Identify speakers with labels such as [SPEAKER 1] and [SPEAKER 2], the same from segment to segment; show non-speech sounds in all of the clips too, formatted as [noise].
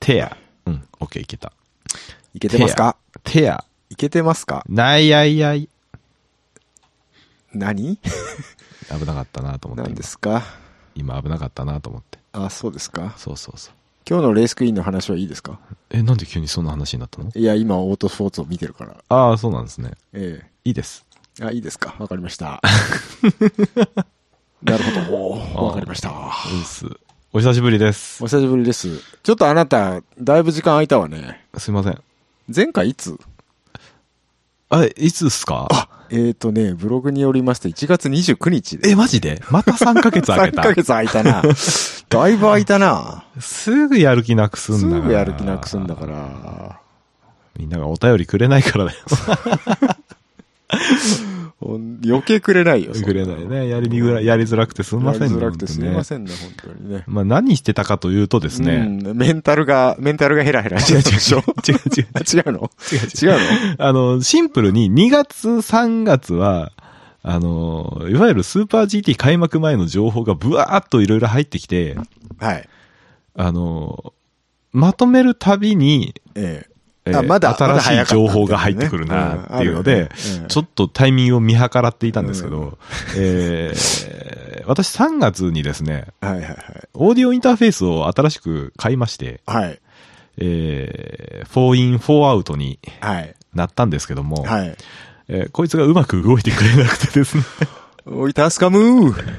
[SPEAKER 1] テア。うん、オッケーいけた。
[SPEAKER 2] いけてますか
[SPEAKER 1] テア。
[SPEAKER 2] いけてますか
[SPEAKER 1] ないやいやい。
[SPEAKER 2] 何
[SPEAKER 1] 危なかったなと思って。
[SPEAKER 2] 何ですか
[SPEAKER 1] 今今危なかったなと思って。
[SPEAKER 2] あ、そうですか
[SPEAKER 1] そうそうそう。
[SPEAKER 2] 今日のレースクイーンの話はいいですか
[SPEAKER 1] え、なんで急にそんな話になったの
[SPEAKER 2] いや、今、オートスポーツを見てるから。
[SPEAKER 1] ああ、そうなんですね。
[SPEAKER 2] え
[SPEAKER 1] いいです。
[SPEAKER 2] えあ、いいですかわかりました。なるほどおー。わかりました。
[SPEAKER 1] うっす。お久しぶりです
[SPEAKER 2] お。久しぶりです。ちょっとあなた、だいぶ時間空いたわね。
[SPEAKER 1] すいません。
[SPEAKER 2] 前回いつ
[SPEAKER 1] あ、いつっすか
[SPEAKER 2] えっ、とね、ブログによりますと1月29日で。
[SPEAKER 1] え、マジでまた3ヶ月空け
[SPEAKER 2] 3
[SPEAKER 1] た。
[SPEAKER 2] ヶ月空いたな。だいぶ空いたな。
[SPEAKER 1] すぐやる気なくすん
[SPEAKER 2] す
[SPEAKER 1] だから。
[SPEAKER 2] ぐやる気なくすんだから。
[SPEAKER 1] みんながお便りくれないからだよ。
[SPEAKER 2] ほん余計くれないよ。そん
[SPEAKER 1] [laughs] くれないね。やりにぐらい、やりづらくてす
[SPEAKER 2] や
[SPEAKER 1] み
[SPEAKER 2] り
[SPEAKER 1] ませんね。
[SPEAKER 2] づらくてすみま
[SPEAKER 1] ん。
[SPEAKER 2] せんね、本当にね。
[SPEAKER 1] まあ何してたかというとですね。
[SPEAKER 2] うん。メンタルが、メンタルがヘラヘラしてたでし
[SPEAKER 1] [laughs]
[SPEAKER 2] ょ
[SPEAKER 1] 違う違う。
[SPEAKER 2] あ違うの
[SPEAKER 1] 違う
[SPEAKER 2] 違うの
[SPEAKER 1] あの、シンプルに2月3月は、あの、いわゆるスーパー GT 開幕前の情報がブワーっといろいろ入ってきて、
[SPEAKER 2] はい。
[SPEAKER 1] あの、まとめるたびに、
[SPEAKER 2] え
[SPEAKER 1] え
[SPEAKER 2] え。
[SPEAKER 1] ー
[SPEAKER 2] あまだ
[SPEAKER 1] 新しい情報が入ってくる
[SPEAKER 2] まだ
[SPEAKER 1] な
[SPEAKER 2] 早
[SPEAKER 1] っ
[SPEAKER 2] か
[SPEAKER 1] てい
[SPEAKER 2] た
[SPEAKER 1] うんの
[SPEAKER 2] だよね
[SPEAKER 1] で、
[SPEAKER 2] うんあるよねええ
[SPEAKER 1] ちょっとタイミングを見計らっていたんですけど、えー私3月にですね、
[SPEAKER 2] はいはい
[SPEAKER 1] オーディオインターフェースを新しく買いまして、
[SPEAKER 2] はい。はい。
[SPEAKER 1] えー、4 in 4アウトに
[SPEAKER 2] はい。
[SPEAKER 1] なったんですけども、
[SPEAKER 2] はい。
[SPEAKER 1] えーこいつがうまく動いてくれなくて
[SPEAKER 2] [laughs]
[SPEAKER 1] ですね、
[SPEAKER 2] おい、助かむー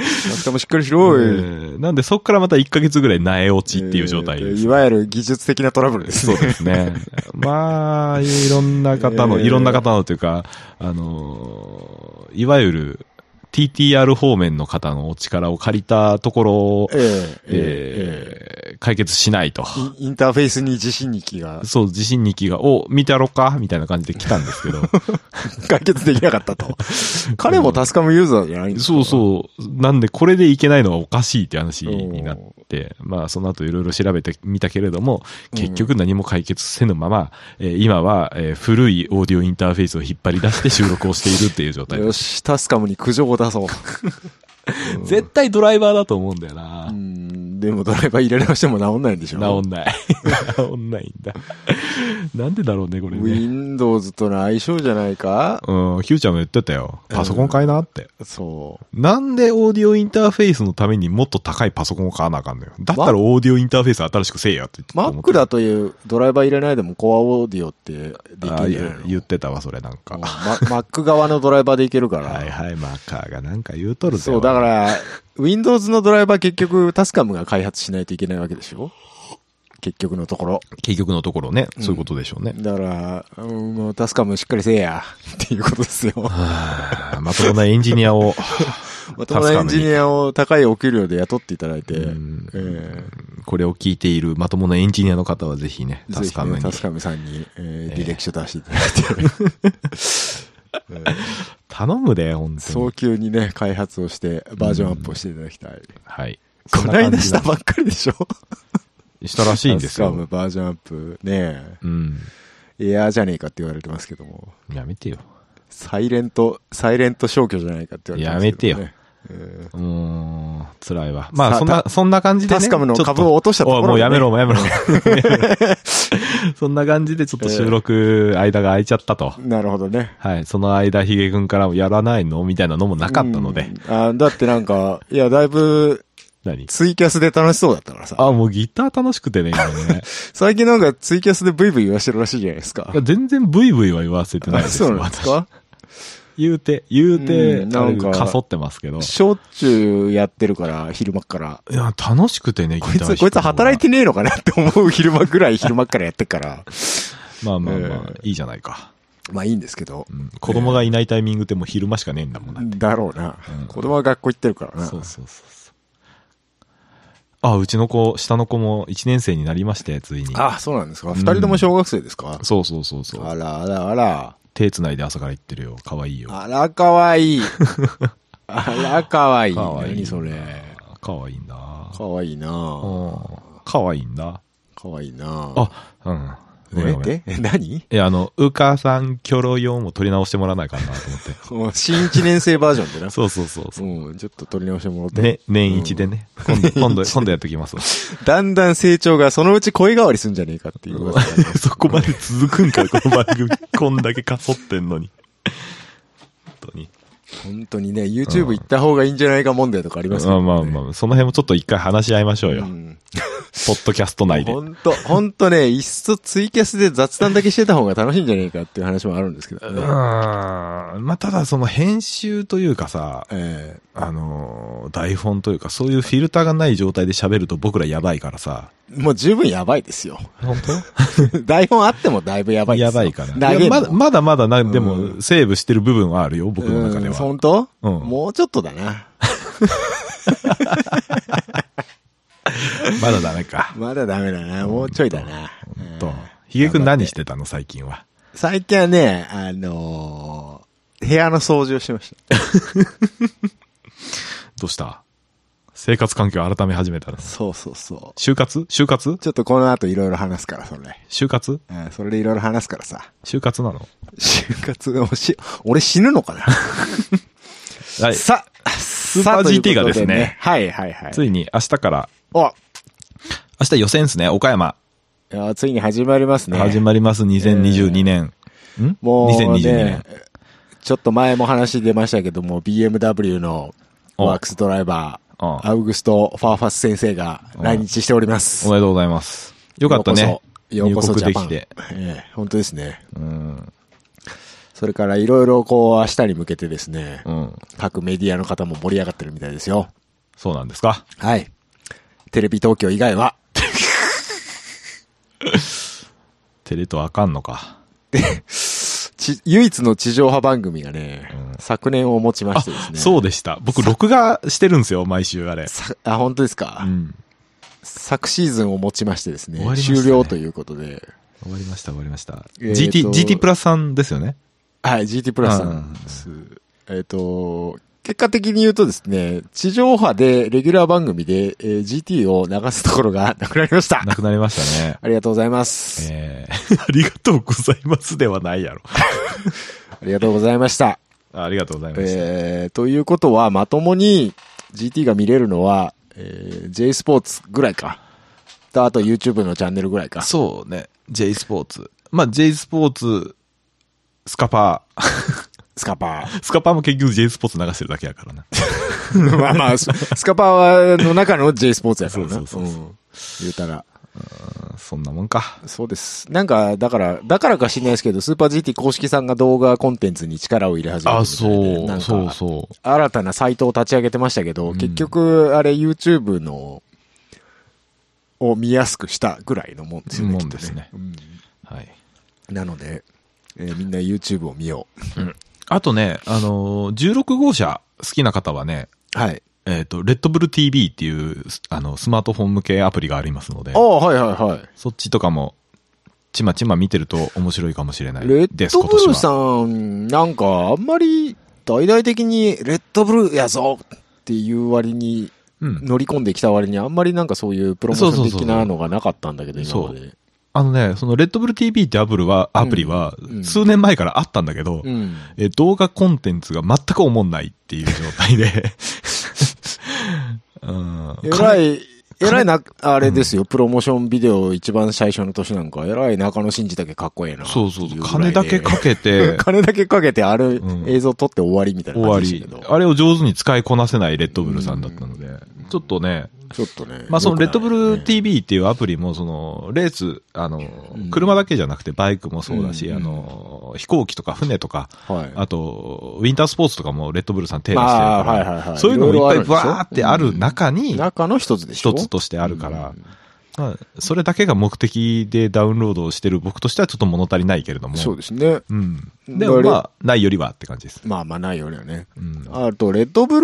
[SPEAKER 2] 助かむしっかりしろ
[SPEAKER 1] え
[SPEAKER 2] ーい。
[SPEAKER 1] ーなんでそこからまた1ヶ月ぐらい苗落ちっていう状態
[SPEAKER 2] え
[SPEAKER 1] で
[SPEAKER 2] ー
[SPEAKER 1] す。
[SPEAKER 2] いわゆる技術的なトラブルです
[SPEAKER 1] そう
[SPEAKER 2] ね。
[SPEAKER 1] です
[SPEAKER 2] [laughs]
[SPEAKER 1] ね。まあ、いろんな方の、
[SPEAKER 2] えー
[SPEAKER 1] いろんな方のというか、あのーいわゆる TTR 方面の方のお力を借りたところを、
[SPEAKER 2] えええええ
[SPEAKER 1] えー解決しないと。
[SPEAKER 2] えインインターフェースに自信に気が
[SPEAKER 1] そう、地震に気が、お、見てやろうかみたいな感じで来たんですけど。
[SPEAKER 2] 解決できなかったと。彼もタスカムユーザーじゃないんですか
[SPEAKER 1] そうそう。なんで、これでいけないのはおかしいって話
[SPEAKER 2] うん
[SPEAKER 1] になって、まあ、その後いろいろ調べてみたけれども、結局何も解決せぬまま、えー今は、えー古いオーディオインターフェースを引っ張り出して収録をしているっていう状 [laughs] 態
[SPEAKER 2] よし、タスカムに苦情を出そう。
[SPEAKER 1] 絶対ドライバーだと思うんだよ
[SPEAKER 2] う
[SPEAKER 1] な。
[SPEAKER 2] ん、でもドライバー入れ直しても治んないんでしょ
[SPEAKER 1] 治んない。 [laughs] 治んないん [laughs] だ。なんでだろうね、これね。
[SPEAKER 2] Windows との相性じゃないか
[SPEAKER 1] うん、ヒューちゃんも言ってたよ。パソコン買いなって。
[SPEAKER 2] そう。
[SPEAKER 1] なんでオーディオインターフェースのためにもっと高いパソコンを買わなあかんのよ。だったらオーディオインターフェース新しくせえよって言ってた
[SPEAKER 2] Mac だというドライバー入れないでもコアオーディオってでき
[SPEAKER 1] あ
[SPEAKER 2] る
[SPEAKER 1] あ
[SPEAKER 2] んじゃないの
[SPEAKER 1] 言ってたわ、それなん
[SPEAKER 2] うん
[SPEAKER 1] か。
[SPEAKER 2] ま Mac 側のドライバーでいけるから。
[SPEAKER 1] はいはい、マーカーがなんか言うとるぜ
[SPEAKER 2] そう、だから、Windows のドライバー結局タスカムが開発しないといけないわけでしょ結局のところ。
[SPEAKER 1] 結局のところね、そういうことでしょうね。
[SPEAKER 2] だから、うん、もうタスカムしっかりせえや、っていうことです [laughs] よ。
[SPEAKER 1] はあまともなエンジニアを、 [laughs]
[SPEAKER 2] まともなエンジニアを高いお給料で雇っていただいて、
[SPEAKER 1] うん
[SPEAKER 2] えー
[SPEAKER 1] これを聞いているまともなエンジニアの方はぜひね、
[SPEAKER 2] ぜ
[SPEAKER 1] 助
[SPEAKER 2] ひ
[SPEAKER 1] かる
[SPEAKER 2] ね、
[SPEAKER 1] に
[SPEAKER 2] タスカムさんに、えー履歴書出していただいて、
[SPEAKER 1] 頼むで、本当
[SPEAKER 2] 早
[SPEAKER 1] に。
[SPEAKER 2] 急にね、開発をして、バージョンアップをしていただきたい。
[SPEAKER 1] はい。
[SPEAKER 2] こないだした
[SPEAKER 1] そんな
[SPEAKER 2] ばっかりでしょ
[SPEAKER 1] 感じしたらしいん
[SPEAKER 2] タ
[SPEAKER 1] で
[SPEAKER 2] ス
[SPEAKER 1] す
[SPEAKER 2] カ
[SPEAKER 1] よ
[SPEAKER 2] ム。バージョンアップ、ね
[SPEAKER 1] うん。
[SPEAKER 2] え、エアーじゃねえかって言われてますけども、
[SPEAKER 1] やめてよ。
[SPEAKER 2] サイレント、サイレント消去じゃないかって言われてますけど、ね。やめてよ。
[SPEAKER 1] うーん、辛いわ。ま
[SPEAKER 2] さ
[SPEAKER 1] あ、
[SPEAKER 2] あ
[SPEAKER 1] そんな、そんな感じでね。
[SPEAKER 2] タスカムの
[SPEAKER 1] ちょっと
[SPEAKER 2] 株を落としたところ
[SPEAKER 1] おい
[SPEAKER 2] でね
[SPEAKER 1] もうやめろ、もう [laughs] やめろ。そんな感じでちょっと収録、間が空いちゃったと。
[SPEAKER 2] なるほどね。
[SPEAKER 1] はい。その間、ヒゲくんからもやらないのみたいなのもなかったので。
[SPEAKER 2] うん。あだってなんか、いや、だいぶ、
[SPEAKER 1] 何
[SPEAKER 2] ツイキャスで楽しそうだったからさ。
[SPEAKER 1] あ、もうギター楽しくてね、今 [laughs] ね。
[SPEAKER 2] 最近なんかツイキャスでブイブイ言わしてるらしいじゃないですか
[SPEAKER 1] いや。全然ブイブイは言わせてないですよ。
[SPEAKER 2] そうなんですか
[SPEAKER 1] 私言うて、言うて、
[SPEAKER 2] うん
[SPEAKER 1] な
[SPEAKER 2] なんんか
[SPEAKER 1] か、かそってますけど。
[SPEAKER 2] しょっちゅうやってるから、昼間っから。
[SPEAKER 1] いや、楽しくてね、ギタ
[SPEAKER 2] こ
[SPEAKER 1] ー
[SPEAKER 2] い
[SPEAKER 1] 弾
[SPEAKER 2] つ、
[SPEAKER 1] く
[SPEAKER 2] こいつ
[SPEAKER 1] のが
[SPEAKER 2] 働いてねえのかなって思う昼間ぐらい昼間っからやってっから。 [laughs]
[SPEAKER 1] まあまあまあ
[SPEAKER 2] え、
[SPEAKER 1] いいじゃないか。
[SPEAKER 2] まあいいんですけど
[SPEAKER 1] う。ん子供がいないタイミングってもう昼間しかねえんだもんな。
[SPEAKER 2] だろうな。子供は学校行ってるからな。
[SPEAKER 1] そうそうそうそう。あ、うちの子、下の子も1年生になりまして、ついに。
[SPEAKER 2] あ、そうなんですか。二人とも小学生ですか
[SPEAKER 1] そうそうそうそう。
[SPEAKER 2] あらあらあら。
[SPEAKER 1] 手繋いで朝から行ってるよ。かわいいよ。
[SPEAKER 2] あらかわいい。
[SPEAKER 1] [laughs]
[SPEAKER 2] あらかわいい。
[SPEAKER 1] かわいい。
[SPEAKER 2] 何それ。。
[SPEAKER 1] かわいいんだ。
[SPEAKER 2] かわいいな
[SPEAKER 1] うんかわいいんだ。
[SPEAKER 2] かわいいな
[SPEAKER 1] あ、うん。ごめんごめん
[SPEAKER 2] え、え、何
[SPEAKER 1] いや、あの、うかさん、キョロヨンも取り直してもらわないかなと [laughs] 思って。
[SPEAKER 2] もう新一年生バージョンでな。
[SPEAKER 1] そうそうそうそう。
[SPEAKER 2] うん、ちょっと取り直してもらって。
[SPEAKER 1] ね、年一でね。今 [laughs] 度、今度、今度やってきますわ。
[SPEAKER 2] だんだん成長がそのうち声変わりすんじゃねえかっていう噂がね。
[SPEAKER 1] [laughs] [laughs] そこまで続くんか、この番組。こんだけかそってんのに。本当に。
[SPEAKER 2] 本当にね、YouTube 行った方がいいんじゃないか問題とかあります
[SPEAKER 1] ま
[SPEAKER 2] も
[SPEAKER 1] あ
[SPEAKER 2] んね。
[SPEAKER 1] まあまあ、その辺もちょっと一回話し合いましょうよ。
[SPEAKER 2] うん
[SPEAKER 1] ポッドキャスト内で。
[SPEAKER 2] 本当本
[SPEAKER 1] [laughs]
[SPEAKER 2] 当ね、いっそツイキャスで雑談だけしてた方が楽しいんじゃねえかっていう話もあるんですけど
[SPEAKER 1] う
[SPEAKER 2] ね。
[SPEAKER 1] ーんまあ、ただその編集というかさ、
[SPEAKER 2] え
[SPEAKER 1] あのー台本というか、そういうフィルターがない状態で喋ると僕らやばいからさ。
[SPEAKER 2] えもう十分やばいですよ。 [laughs]
[SPEAKER 1] 本 [laughs]
[SPEAKER 2] 台本あってもだいぶやばいです
[SPEAKER 1] や
[SPEAKER 2] よ
[SPEAKER 1] ばいかな。
[SPEAKER 2] 投
[SPEAKER 1] い
[SPEAKER 2] げ
[SPEAKER 1] や
[SPEAKER 2] る
[SPEAKER 1] ま
[SPEAKER 2] の
[SPEAKER 1] だまだまだな、で
[SPEAKER 2] う
[SPEAKER 1] も、セーブしてる部分はあるよ、僕の中で
[SPEAKER 2] うん
[SPEAKER 1] は。
[SPEAKER 2] 本当、
[SPEAKER 1] うん
[SPEAKER 2] もうちょっとだな。
[SPEAKER 1] まだダメか。
[SPEAKER 2] まだダメだな。もうちょいだな。うん
[SPEAKER 1] と。ひげくん何してたの、最近は。
[SPEAKER 2] 最近はね、あのー部屋の掃除をしました。
[SPEAKER 1] どうした生活環境改め始めたの
[SPEAKER 2] そうそうそう。
[SPEAKER 1] 就活就活
[SPEAKER 2] ちょっとこの後いろいろ話すから、それ。
[SPEAKER 1] 就活
[SPEAKER 2] うん、それでいろいろ話すからさ。
[SPEAKER 1] 就活なの
[SPEAKER 2] 就活をし、俺死ぬのかな、
[SPEAKER 1] はい。
[SPEAKER 2] さ、ス
[SPEAKER 1] ーパー GT がですね
[SPEAKER 2] はいはいはい。
[SPEAKER 1] ついに明日から、
[SPEAKER 2] おい
[SPEAKER 1] 明日予選ですね、岡山。
[SPEAKER 2] やついに始まりますね。
[SPEAKER 1] 始まります、2022年。ん
[SPEAKER 2] もう、ね、
[SPEAKER 1] 2022年。
[SPEAKER 2] ちょっと前も話出ましたけども、BMW の
[SPEAKER 1] お
[SPEAKER 2] ワークスドライバ
[SPEAKER 1] お
[SPEAKER 2] ー、アウグスト・ファーファス先生が来日しております。
[SPEAKER 1] おめでとうございます。よかったね。
[SPEAKER 2] ようこそ、よう
[SPEAKER 1] 入
[SPEAKER 2] こそジャ
[SPEAKER 1] 国で
[SPEAKER 2] パン
[SPEAKER 1] きて。。
[SPEAKER 2] ええ本当ですね。
[SPEAKER 1] うん。
[SPEAKER 2] それからいろいろこう、明日に向けてですね、
[SPEAKER 1] うん。
[SPEAKER 2] 各メディアの方も盛り上がってるみたいですよ。
[SPEAKER 1] そうなんですか
[SPEAKER 2] はい。テレビ東京以外は、
[SPEAKER 1] 照れとあかんのか。
[SPEAKER 2] ち唯一の地上波番組がね、
[SPEAKER 1] うん
[SPEAKER 2] 昨年をもちま
[SPEAKER 1] あ
[SPEAKER 2] してですね。
[SPEAKER 1] そうでした。僕、録画してるんですよ、毎週あれ。
[SPEAKER 2] さあ、本当ですか、
[SPEAKER 1] うん。
[SPEAKER 2] 昨シーズンをもちましてですね、
[SPEAKER 1] 終わりましたね
[SPEAKER 2] 終了ということで、
[SPEAKER 1] 終わりました、終わりました。
[SPEAKER 2] えーと
[SPEAKER 1] GT、GT プラスさんですよね。
[SPEAKER 2] はい、GT プラスさんです。えっ、と、結果的に言うとですね、地上波で、レギュラー番組で、えー GT を流すところがなくなりました。
[SPEAKER 1] なくなりましたね。
[SPEAKER 2] ありがとうございます。
[SPEAKER 1] えー [laughs] ありがとうございますではないやろ。
[SPEAKER 2] ありがとうございました。
[SPEAKER 1] ありがとうございました。
[SPEAKER 2] えー、ということは、まともに GT が見れるのは、えー、J スポーツぐらいか。と、あと YouTube のチャンネルぐらいか。
[SPEAKER 1] そうね。J スポーツ。まあ、J スポーツ、スカパー。
[SPEAKER 2] スカパー。
[SPEAKER 1] スカパーも結局 J スポーツ流してるだけやからな。
[SPEAKER 2] [laughs] まあまあ、ススカパーの中の J スポーツやからな。
[SPEAKER 1] そうそうそうそうん
[SPEAKER 2] 言うたら。
[SPEAKER 1] そんなもんか。
[SPEAKER 2] そうです。なんか、だから、だからか知んないですけど、スーパー GT 公式さんが動画コンテンツに力を入れ始めて
[SPEAKER 1] あ、
[SPEAKER 2] みたいで、な
[SPEAKER 1] そ
[SPEAKER 2] ん
[SPEAKER 1] う、
[SPEAKER 2] か
[SPEAKER 1] そうそう。
[SPEAKER 2] 新たなサイトを立ち上げてましたけど、結局、あれ YouTube の、を見やすくしたぐらいのもんですよね。
[SPEAKER 1] もん
[SPEAKER 2] きっと
[SPEAKER 1] ですね
[SPEAKER 2] うん
[SPEAKER 1] はい。
[SPEAKER 2] なので、えーみんな YouTube を見よ
[SPEAKER 1] あとね、あのー16号車好きな方はね、
[SPEAKER 2] う。はい。
[SPEAKER 1] えっ、と、レッドブル TV っていう、すあの、スマートフォン向けアプリがありますので
[SPEAKER 2] あ、あ、はいはいはい。
[SPEAKER 1] そっちとかも、ちまちま見てると面白いかもしれない
[SPEAKER 2] レ
[SPEAKER 1] で
[SPEAKER 2] ッ
[SPEAKER 1] す、
[SPEAKER 2] ド
[SPEAKER 1] 今
[SPEAKER 2] ブ
[SPEAKER 1] 年
[SPEAKER 2] ル
[SPEAKER 1] は。
[SPEAKER 2] さん、なんか、あんまり、大々的に、レッドブルやぞっていう割に、
[SPEAKER 1] うん。
[SPEAKER 2] 乗り込んできた割に、あんまりなんかそういうプロモーション的なのがなかったんだけど、
[SPEAKER 1] そう
[SPEAKER 2] 今
[SPEAKER 1] そ
[SPEAKER 2] ま
[SPEAKER 1] うそう
[SPEAKER 2] で。
[SPEAKER 1] あのね、そのレッドブル TV ってアプリは、アプリは
[SPEAKER 2] うん、
[SPEAKER 1] 数年前からあったんだけど、
[SPEAKER 2] うん。
[SPEAKER 1] え動画コンテンツが全く思んないっていう状態で、うん。
[SPEAKER 2] [laughs] えら
[SPEAKER 1] い。
[SPEAKER 2] い、えらいな、あれですよ、プロモーションビデオ一番最初の年なんか、えらい中野真二だけかっこええな。
[SPEAKER 1] そうそうそう。
[SPEAKER 2] っていぐら
[SPEAKER 1] 金
[SPEAKER 2] いで
[SPEAKER 1] だけかけて、
[SPEAKER 2] [laughs] 金だけかけて、あれ
[SPEAKER 1] うん
[SPEAKER 2] 映像撮って終わりみたい
[SPEAKER 1] 終
[SPEAKER 2] な
[SPEAKER 1] わ
[SPEAKER 2] 感じで
[SPEAKER 1] り
[SPEAKER 2] したけ。ど。
[SPEAKER 1] あれを上手に使いこなせないレッドブルさんだったので、ちょっとね、
[SPEAKER 2] ちょっとね。
[SPEAKER 1] まあそのレッドブル
[SPEAKER 2] ィ
[SPEAKER 1] TV っていうアプリも、その、レース、あの
[SPEAKER 2] うん、
[SPEAKER 1] 車だけじゃなくてバイクもそうだし、
[SPEAKER 2] うん
[SPEAKER 1] あの、飛行機とか船とか、
[SPEAKER 2] はい。
[SPEAKER 1] あと、ウィンタースポーツとかもレッドブルさん手出してる
[SPEAKER 2] まあはいはい
[SPEAKER 1] か
[SPEAKER 2] は
[SPEAKER 1] ら、
[SPEAKER 2] い
[SPEAKER 1] そういうのもいっぱい
[SPEAKER 2] いろいろあるんでしょ
[SPEAKER 1] バーってある中に、
[SPEAKER 2] 中の一つでしょ
[SPEAKER 1] 一つとしてあるから
[SPEAKER 2] うん、
[SPEAKER 1] まあ、それだけが目的でダウンロードをしてる僕としてはちょっと物足りないけれども。
[SPEAKER 2] そうですね。
[SPEAKER 1] うん。
[SPEAKER 2] うん
[SPEAKER 1] でもま
[SPEAKER 2] だか
[SPEAKER 1] あ、ないよりはって感じです。
[SPEAKER 2] まあまあないよりはね。
[SPEAKER 1] うん。は
[SPEAKER 2] あと、レッドブ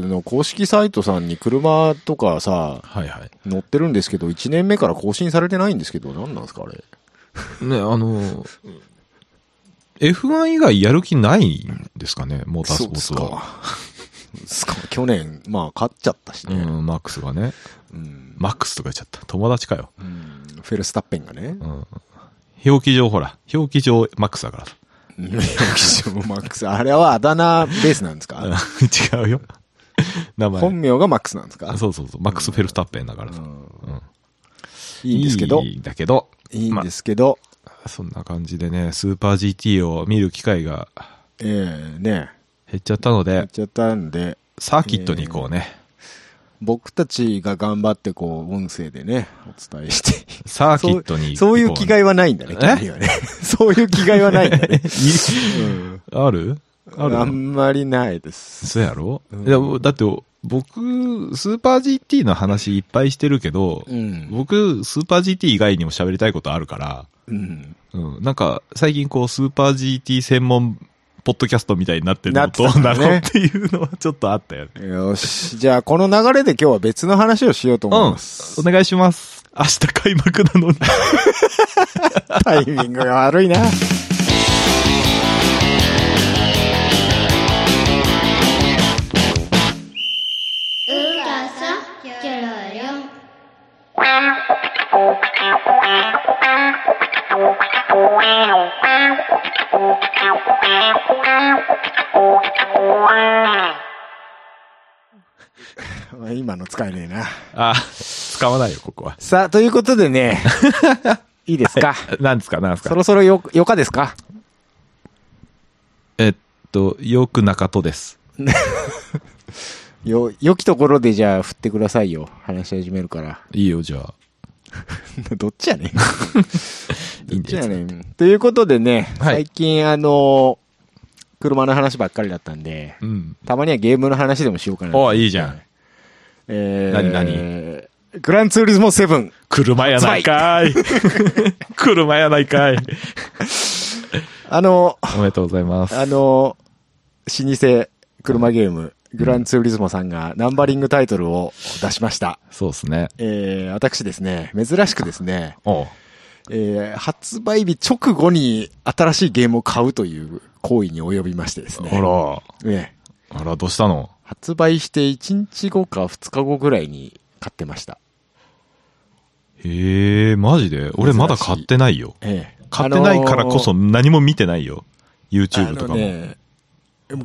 [SPEAKER 2] ルの公式サイトさんに車とかさ、
[SPEAKER 1] いはい。
[SPEAKER 2] 載ってるんですけど、1年目から更新されてないんですけど、何なんですか、あれ。
[SPEAKER 1] ね、あの、F1 以外やる気ないんですかね、モータースポーツは。
[SPEAKER 2] そうっすか。 [laughs] 去年、まあ、勝っちゃったし
[SPEAKER 1] う
[SPEAKER 2] ね。
[SPEAKER 1] ん、マックスがね。
[SPEAKER 2] うん。
[SPEAKER 1] マックスとか言っちゃった。友達かよ。
[SPEAKER 2] フェルスタッペンがね
[SPEAKER 1] う。ん。表記上ほら、表記上マックスだからさ。
[SPEAKER 2] うん [laughs] 表記上マックス。あれはあだ名ベースなんですか
[SPEAKER 1] 違うよ。名前。
[SPEAKER 2] [laughs] 本名がマックスなんですか
[SPEAKER 1] そうそうそう。マックス・フェルスタッペンだから
[SPEAKER 2] う
[SPEAKER 1] さ。
[SPEAKER 2] ん
[SPEAKER 1] うん
[SPEAKER 2] いいんですけど、
[SPEAKER 1] い
[SPEAKER 2] い
[SPEAKER 1] いんだけど。
[SPEAKER 2] いんですけど、
[SPEAKER 1] そんな感じでね、スーパー GT を見る機会が
[SPEAKER 2] ええね、
[SPEAKER 1] 減っちゃったの
[SPEAKER 2] やっ
[SPEAKER 1] で、
[SPEAKER 2] ちゃったんで、
[SPEAKER 1] サーキットに行こうね。
[SPEAKER 2] 僕たちが頑張ってこう、音声でね、お伝えして。
[SPEAKER 1] サーキットに行こう、ね
[SPEAKER 2] そういう気概はないんだね、
[SPEAKER 1] え
[SPEAKER 2] 君にはね。 [laughs] そういう気概はないんだね。うん
[SPEAKER 1] [laughs] あるある
[SPEAKER 2] あんまりないです。
[SPEAKER 1] そうやろ、
[SPEAKER 2] うん
[SPEAKER 1] いやだって、僕、スーパー GT の話いっぱいしてるけど、
[SPEAKER 2] うん。
[SPEAKER 1] 僕、スーパー GT 以外にも喋りたいことあるから、
[SPEAKER 2] うん。
[SPEAKER 1] うん、なんか、最近こう、スーパー GT 専門、ポッドキャストみたいになってるのど
[SPEAKER 2] なっ
[SPEAKER 1] う
[SPEAKER 2] てた
[SPEAKER 1] な
[SPEAKER 2] ね
[SPEAKER 1] のっていうのはちょっとあったよね。
[SPEAKER 2] よし。じゃあ、この流れで今日は別の話をしようと
[SPEAKER 1] うん、
[SPEAKER 2] 思い
[SPEAKER 1] お
[SPEAKER 2] ます。
[SPEAKER 1] 願いします。明日開幕なのに。
[SPEAKER 2] タイミングが悪いな。 [laughs]
[SPEAKER 3] Ugasa Quiero
[SPEAKER 2] 今の使えねえな。
[SPEAKER 1] [laughs] あ、使わないよ、ここは。
[SPEAKER 2] さあ、ということ
[SPEAKER 1] [laughs]
[SPEAKER 2] でね、いいですか
[SPEAKER 1] なんですか、なんです
[SPEAKER 2] そ
[SPEAKER 1] か。
[SPEAKER 2] ろそろよ、よかですか
[SPEAKER 1] えっと、よく中戸です。
[SPEAKER 2] よ、良きところでじゃあ振ってくださいよ。話し始めるから。
[SPEAKER 1] いいよ、じゃあ。
[SPEAKER 2] [laughs] どっちやねん。
[SPEAKER 1] [laughs] いいん
[SPEAKER 2] じ
[SPEAKER 1] だ
[SPEAKER 2] ゃあ
[SPEAKER 1] よ。
[SPEAKER 2] ね、ということでね、
[SPEAKER 1] はい
[SPEAKER 2] 最近あの車の話ばっかりだったんで、
[SPEAKER 1] うん。
[SPEAKER 2] たまにはゲームの話でもしようかな。
[SPEAKER 1] おいいじゃん。
[SPEAKER 2] えー、
[SPEAKER 1] 何
[SPEAKER 2] 何グランツーリズモ7。
[SPEAKER 1] 車やないか [laughs] い。車やないかい。
[SPEAKER 2] あの、
[SPEAKER 1] おめでとうございます。
[SPEAKER 2] あの、老舗車ゲーム、グランツーリズモさんがナンバリングタイトルを出しました。
[SPEAKER 1] そうですね。
[SPEAKER 2] えー、私ですね、珍しくですね、
[SPEAKER 1] おう
[SPEAKER 2] えー、発売日直後に新しいゲームを買うという行為に及びましてですね。
[SPEAKER 1] ほ
[SPEAKER 2] ね
[SPEAKER 1] ら、あら、どうしたの
[SPEAKER 2] 発売して1日後か2日後ぐらいに買ってました。
[SPEAKER 1] へえ、マジで俺まだ買ってないよ。
[SPEAKER 2] ええ。
[SPEAKER 1] 買ってないからこそ
[SPEAKER 2] あ
[SPEAKER 1] 何も見てないよ。
[SPEAKER 2] のー、
[SPEAKER 1] YouTube とか
[SPEAKER 2] あの
[SPEAKER 1] も。
[SPEAKER 2] ね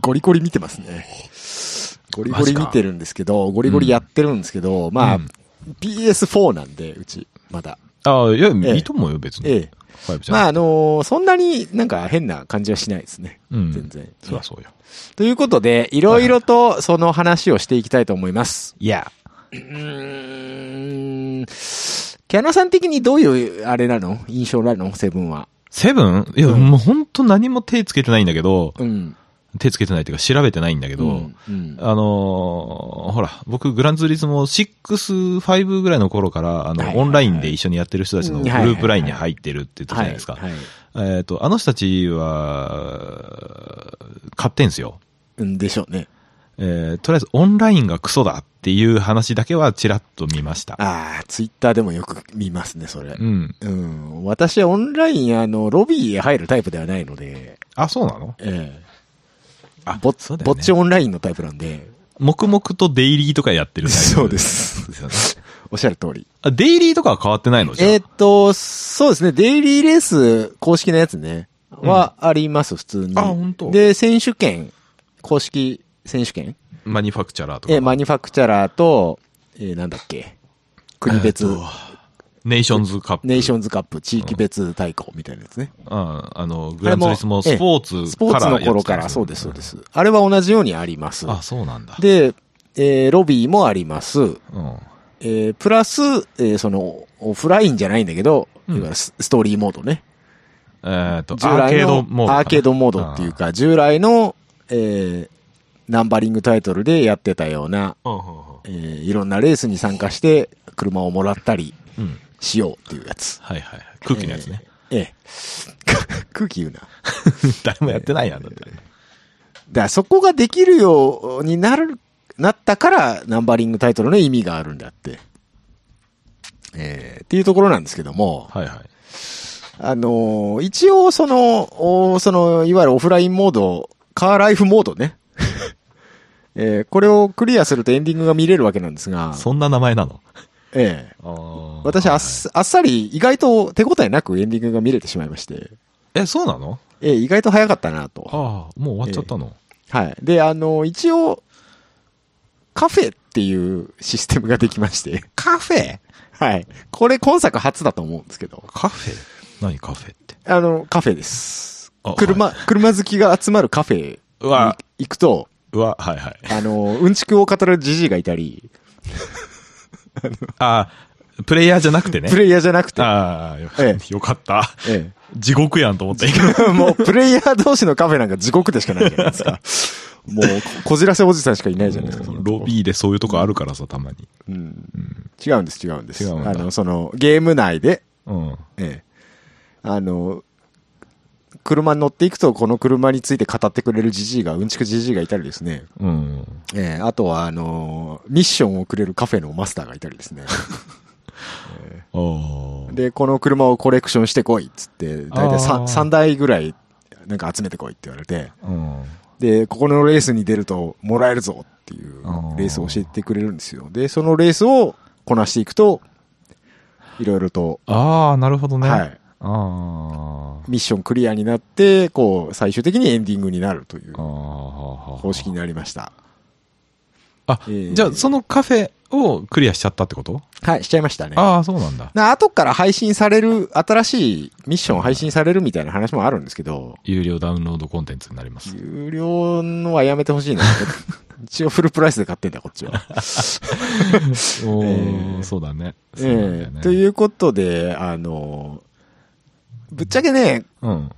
[SPEAKER 2] ゴリゴリ見てますね。ゴリゴ
[SPEAKER 1] マジ
[SPEAKER 2] リ
[SPEAKER 1] か
[SPEAKER 2] 見てるんですけど、ゴリゴリやってるんですけど、まあ、
[SPEAKER 1] うん
[SPEAKER 2] PS4 なんで、うち、まだ。
[SPEAKER 1] あいや、
[SPEAKER 2] ええ
[SPEAKER 1] いいと思うよ、別
[SPEAKER 2] え
[SPEAKER 1] に。
[SPEAKER 2] え。
[SPEAKER 1] 5じゃ
[SPEAKER 2] まあ、
[SPEAKER 1] な
[SPEAKER 2] あのーそんなになんか変な感じはしないですね。
[SPEAKER 1] うん
[SPEAKER 2] 全然。
[SPEAKER 1] そりゃそうよ。
[SPEAKER 2] ということで、いろいろとその話をしていきたいと思います。
[SPEAKER 1] いや。
[SPEAKER 2] うーん。キャノさん的にどういう、あれなの印象なのセブンは。
[SPEAKER 1] セブンいや、
[SPEAKER 2] うん
[SPEAKER 1] もう本当何も手つけてないんだけど、
[SPEAKER 2] うん。
[SPEAKER 1] 手つけてないっていうか調べてないんだけど、
[SPEAKER 2] うんうん
[SPEAKER 1] あのーほら、僕、グランツーリズムを6、5ぐらいの頃から、あの、
[SPEAKER 2] はいはいはい
[SPEAKER 1] オンラインで一緒にやってる人たちの
[SPEAKER 2] うん
[SPEAKER 1] グル
[SPEAKER 2] はいはいはい
[SPEAKER 1] ープラインに入ってるって言ったじゃないですか。
[SPEAKER 2] はいはい
[SPEAKER 1] えっ、と、あの人たちは、買ってんすよ。
[SPEAKER 2] うんでしょうね。
[SPEAKER 1] えーとりあえずオンラインがクソだっていう話だけはちらっと見ました。
[SPEAKER 2] ああ、ツイッターでもよく見ますね、それ
[SPEAKER 1] う。ん。
[SPEAKER 2] うん。私はオンライン、あの、ロビーへ入るタイプではないので、
[SPEAKER 1] あ、そうなの
[SPEAKER 2] え
[SPEAKER 1] あ
[SPEAKER 2] え。ぼっ
[SPEAKER 1] そうだ
[SPEAKER 2] ぼ
[SPEAKER 1] よ
[SPEAKER 2] っ
[SPEAKER 1] ね
[SPEAKER 2] ちオンラインのタイプなんで。
[SPEAKER 1] 黙々とデイリーとかやってるタイプ
[SPEAKER 2] そうで。す。
[SPEAKER 1] ですよね。
[SPEAKER 2] [laughs] おっしゃる通り。
[SPEAKER 1] あ、デイリーとかは変わってないのじゃあ
[SPEAKER 2] えーっと、そうですね、デイリーレース公式のやつね、はあります、普通に。
[SPEAKER 1] あ本当
[SPEAKER 2] で、選手権、公式選手権
[SPEAKER 1] マニファクチャラーとか。
[SPEAKER 2] え、マニファクチャラーと、えーなんだっけ、国別
[SPEAKER 1] え、ーとネーションズカップ。
[SPEAKER 2] ネーションズカップ、地域別対抗みたいなやつね。
[SPEAKER 1] うん、あの、グランツーリスもスポーツ
[SPEAKER 2] スポーツの
[SPEAKER 1] やっ
[SPEAKER 2] 頃
[SPEAKER 1] てた
[SPEAKER 2] か
[SPEAKER 1] ん
[SPEAKER 2] ら、そうです、そ
[SPEAKER 1] よ
[SPEAKER 2] うです。あれは同じようにあります。
[SPEAKER 1] あ、そうなんだ。
[SPEAKER 2] で、えーロビーもあります。
[SPEAKER 1] うん。
[SPEAKER 2] えープラス、えーその、オフラインじゃないんだけど、
[SPEAKER 1] うん
[SPEAKER 2] いわゆるスストーリーモードね。
[SPEAKER 1] えーっと、
[SPEAKER 2] 従
[SPEAKER 1] アー
[SPEAKER 2] 来
[SPEAKER 1] ケー
[SPEAKER 2] の
[SPEAKER 1] ドモードかな。
[SPEAKER 2] アーケードモードっていうか、従来の、えーナンバリングタイトルでやってたような、
[SPEAKER 1] うん。うんうんうん
[SPEAKER 2] えーいろんなレースに参加して、車をもらったり
[SPEAKER 1] うん。
[SPEAKER 2] しようっていうやつ。
[SPEAKER 1] はいはいはい。空気のやつね。
[SPEAKER 2] えー。ええ [laughs] 空気言うな。
[SPEAKER 1] [laughs] 誰もやってないやんだって。
[SPEAKER 2] だからそこができるようになる、なったから、ナンバリングタイトルの意味があるんだって。えーっていうところなんですけども、
[SPEAKER 1] はいはい。
[SPEAKER 2] あのー一応その、おその、いわゆるオフラインモード、カーライフモードね。 [laughs] えーこれをクリアするとエンディングが見れるわけなんですが、
[SPEAKER 1] そんな名前なの
[SPEAKER 2] ええ。私
[SPEAKER 1] 私
[SPEAKER 2] あっさ、あっさり、意外と手応えなくエンディングが見れてしまいまして、
[SPEAKER 1] え、そうなの
[SPEAKER 2] ええ、意外と早かったなと。
[SPEAKER 1] ああ、もう終わっちゃったの。
[SPEAKER 2] はい。で、あの、一応、カフェっていうシステムができまして、 [laughs]
[SPEAKER 1] カフェ
[SPEAKER 2] はい。これ今作初だと思うんですけど、
[SPEAKER 1] カフェ何カフェって。
[SPEAKER 2] あの、カフェです
[SPEAKER 1] あ。
[SPEAKER 2] 車、車好きが集まるカフェ
[SPEAKER 1] うわ、
[SPEAKER 2] に行くと、
[SPEAKER 1] うわ、はいはい。
[SPEAKER 2] あの、うんちくを語るじじいがいたり、
[SPEAKER 1] ああ、プレイヤーじゃなくてね。
[SPEAKER 2] プレイヤーじゃなくて、
[SPEAKER 1] ああ、よ
[SPEAKER 2] え
[SPEAKER 1] よかった。
[SPEAKER 2] え
[SPEAKER 1] 地獄やんと思った。
[SPEAKER 2] え、 [laughs] もうプレイヤー同士のカフェなんか地獄でしかないじゃないで
[SPEAKER 1] [laughs]
[SPEAKER 2] すか。もう、ここじらせおじさんしかいないじゃないですか。
[SPEAKER 1] ロビーでそういうとこあるからさ、たまに。
[SPEAKER 2] うん、違うんです、違うんです。
[SPEAKER 1] 違うんだ
[SPEAKER 2] あの、その、ゲーム内で、
[SPEAKER 1] うん。
[SPEAKER 2] ええ、あの、車に乗っていくと、この車について語ってくれるじじいが、うんちくじじいがいたりですね。
[SPEAKER 1] うん。
[SPEAKER 2] ええ、あとは、あの、ミッションをくれるカフェのマスターがいたりで
[SPEAKER 1] [laughs]
[SPEAKER 2] すね。
[SPEAKER 1] あー
[SPEAKER 2] で、この車をコレクションしてこいっつって、だいたい
[SPEAKER 1] あー
[SPEAKER 2] 3, 3台ぐらい、なんか集めてこいって言われて、
[SPEAKER 1] うん。
[SPEAKER 2] で、ここのレースに出るともらえるぞっていう
[SPEAKER 1] あー
[SPEAKER 2] レースを教えてくれるんですよ。で、そのレースをこなしていくと、いろいろと、
[SPEAKER 1] ああ、なるほどね。
[SPEAKER 2] はい。
[SPEAKER 1] あー
[SPEAKER 2] ミッションクリアになって、こう、最終的にエンディングになるという
[SPEAKER 1] あー。あ
[SPEAKER 2] 方式になりました。
[SPEAKER 1] あ、
[SPEAKER 2] えー
[SPEAKER 1] じゃあそのカフェをクリアしちゃったってこと
[SPEAKER 2] はい、しちゃいましたね。
[SPEAKER 1] ああ、そうなんだ。
[SPEAKER 2] な後から配信される、新しいミッションを配信されるみたいな話もあるんですけど、
[SPEAKER 1] 有料ダウンロードコンテンツになります。
[SPEAKER 2] 有料のはやめてほ
[SPEAKER 1] [laughs]
[SPEAKER 2] しいな。一応フルプライスで買ってんだ、こっちは。
[SPEAKER 1] おー
[SPEAKER 2] えー
[SPEAKER 1] そうだね。 [laughs] そうなんだ
[SPEAKER 2] え
[SPEAKER 1] よ
[SPEAKER 2] え
[SPEAKER 1] ね
[SPEAKER 2] ということで、あの、ぶっちゃけね、
[SPEAKER 1] うん。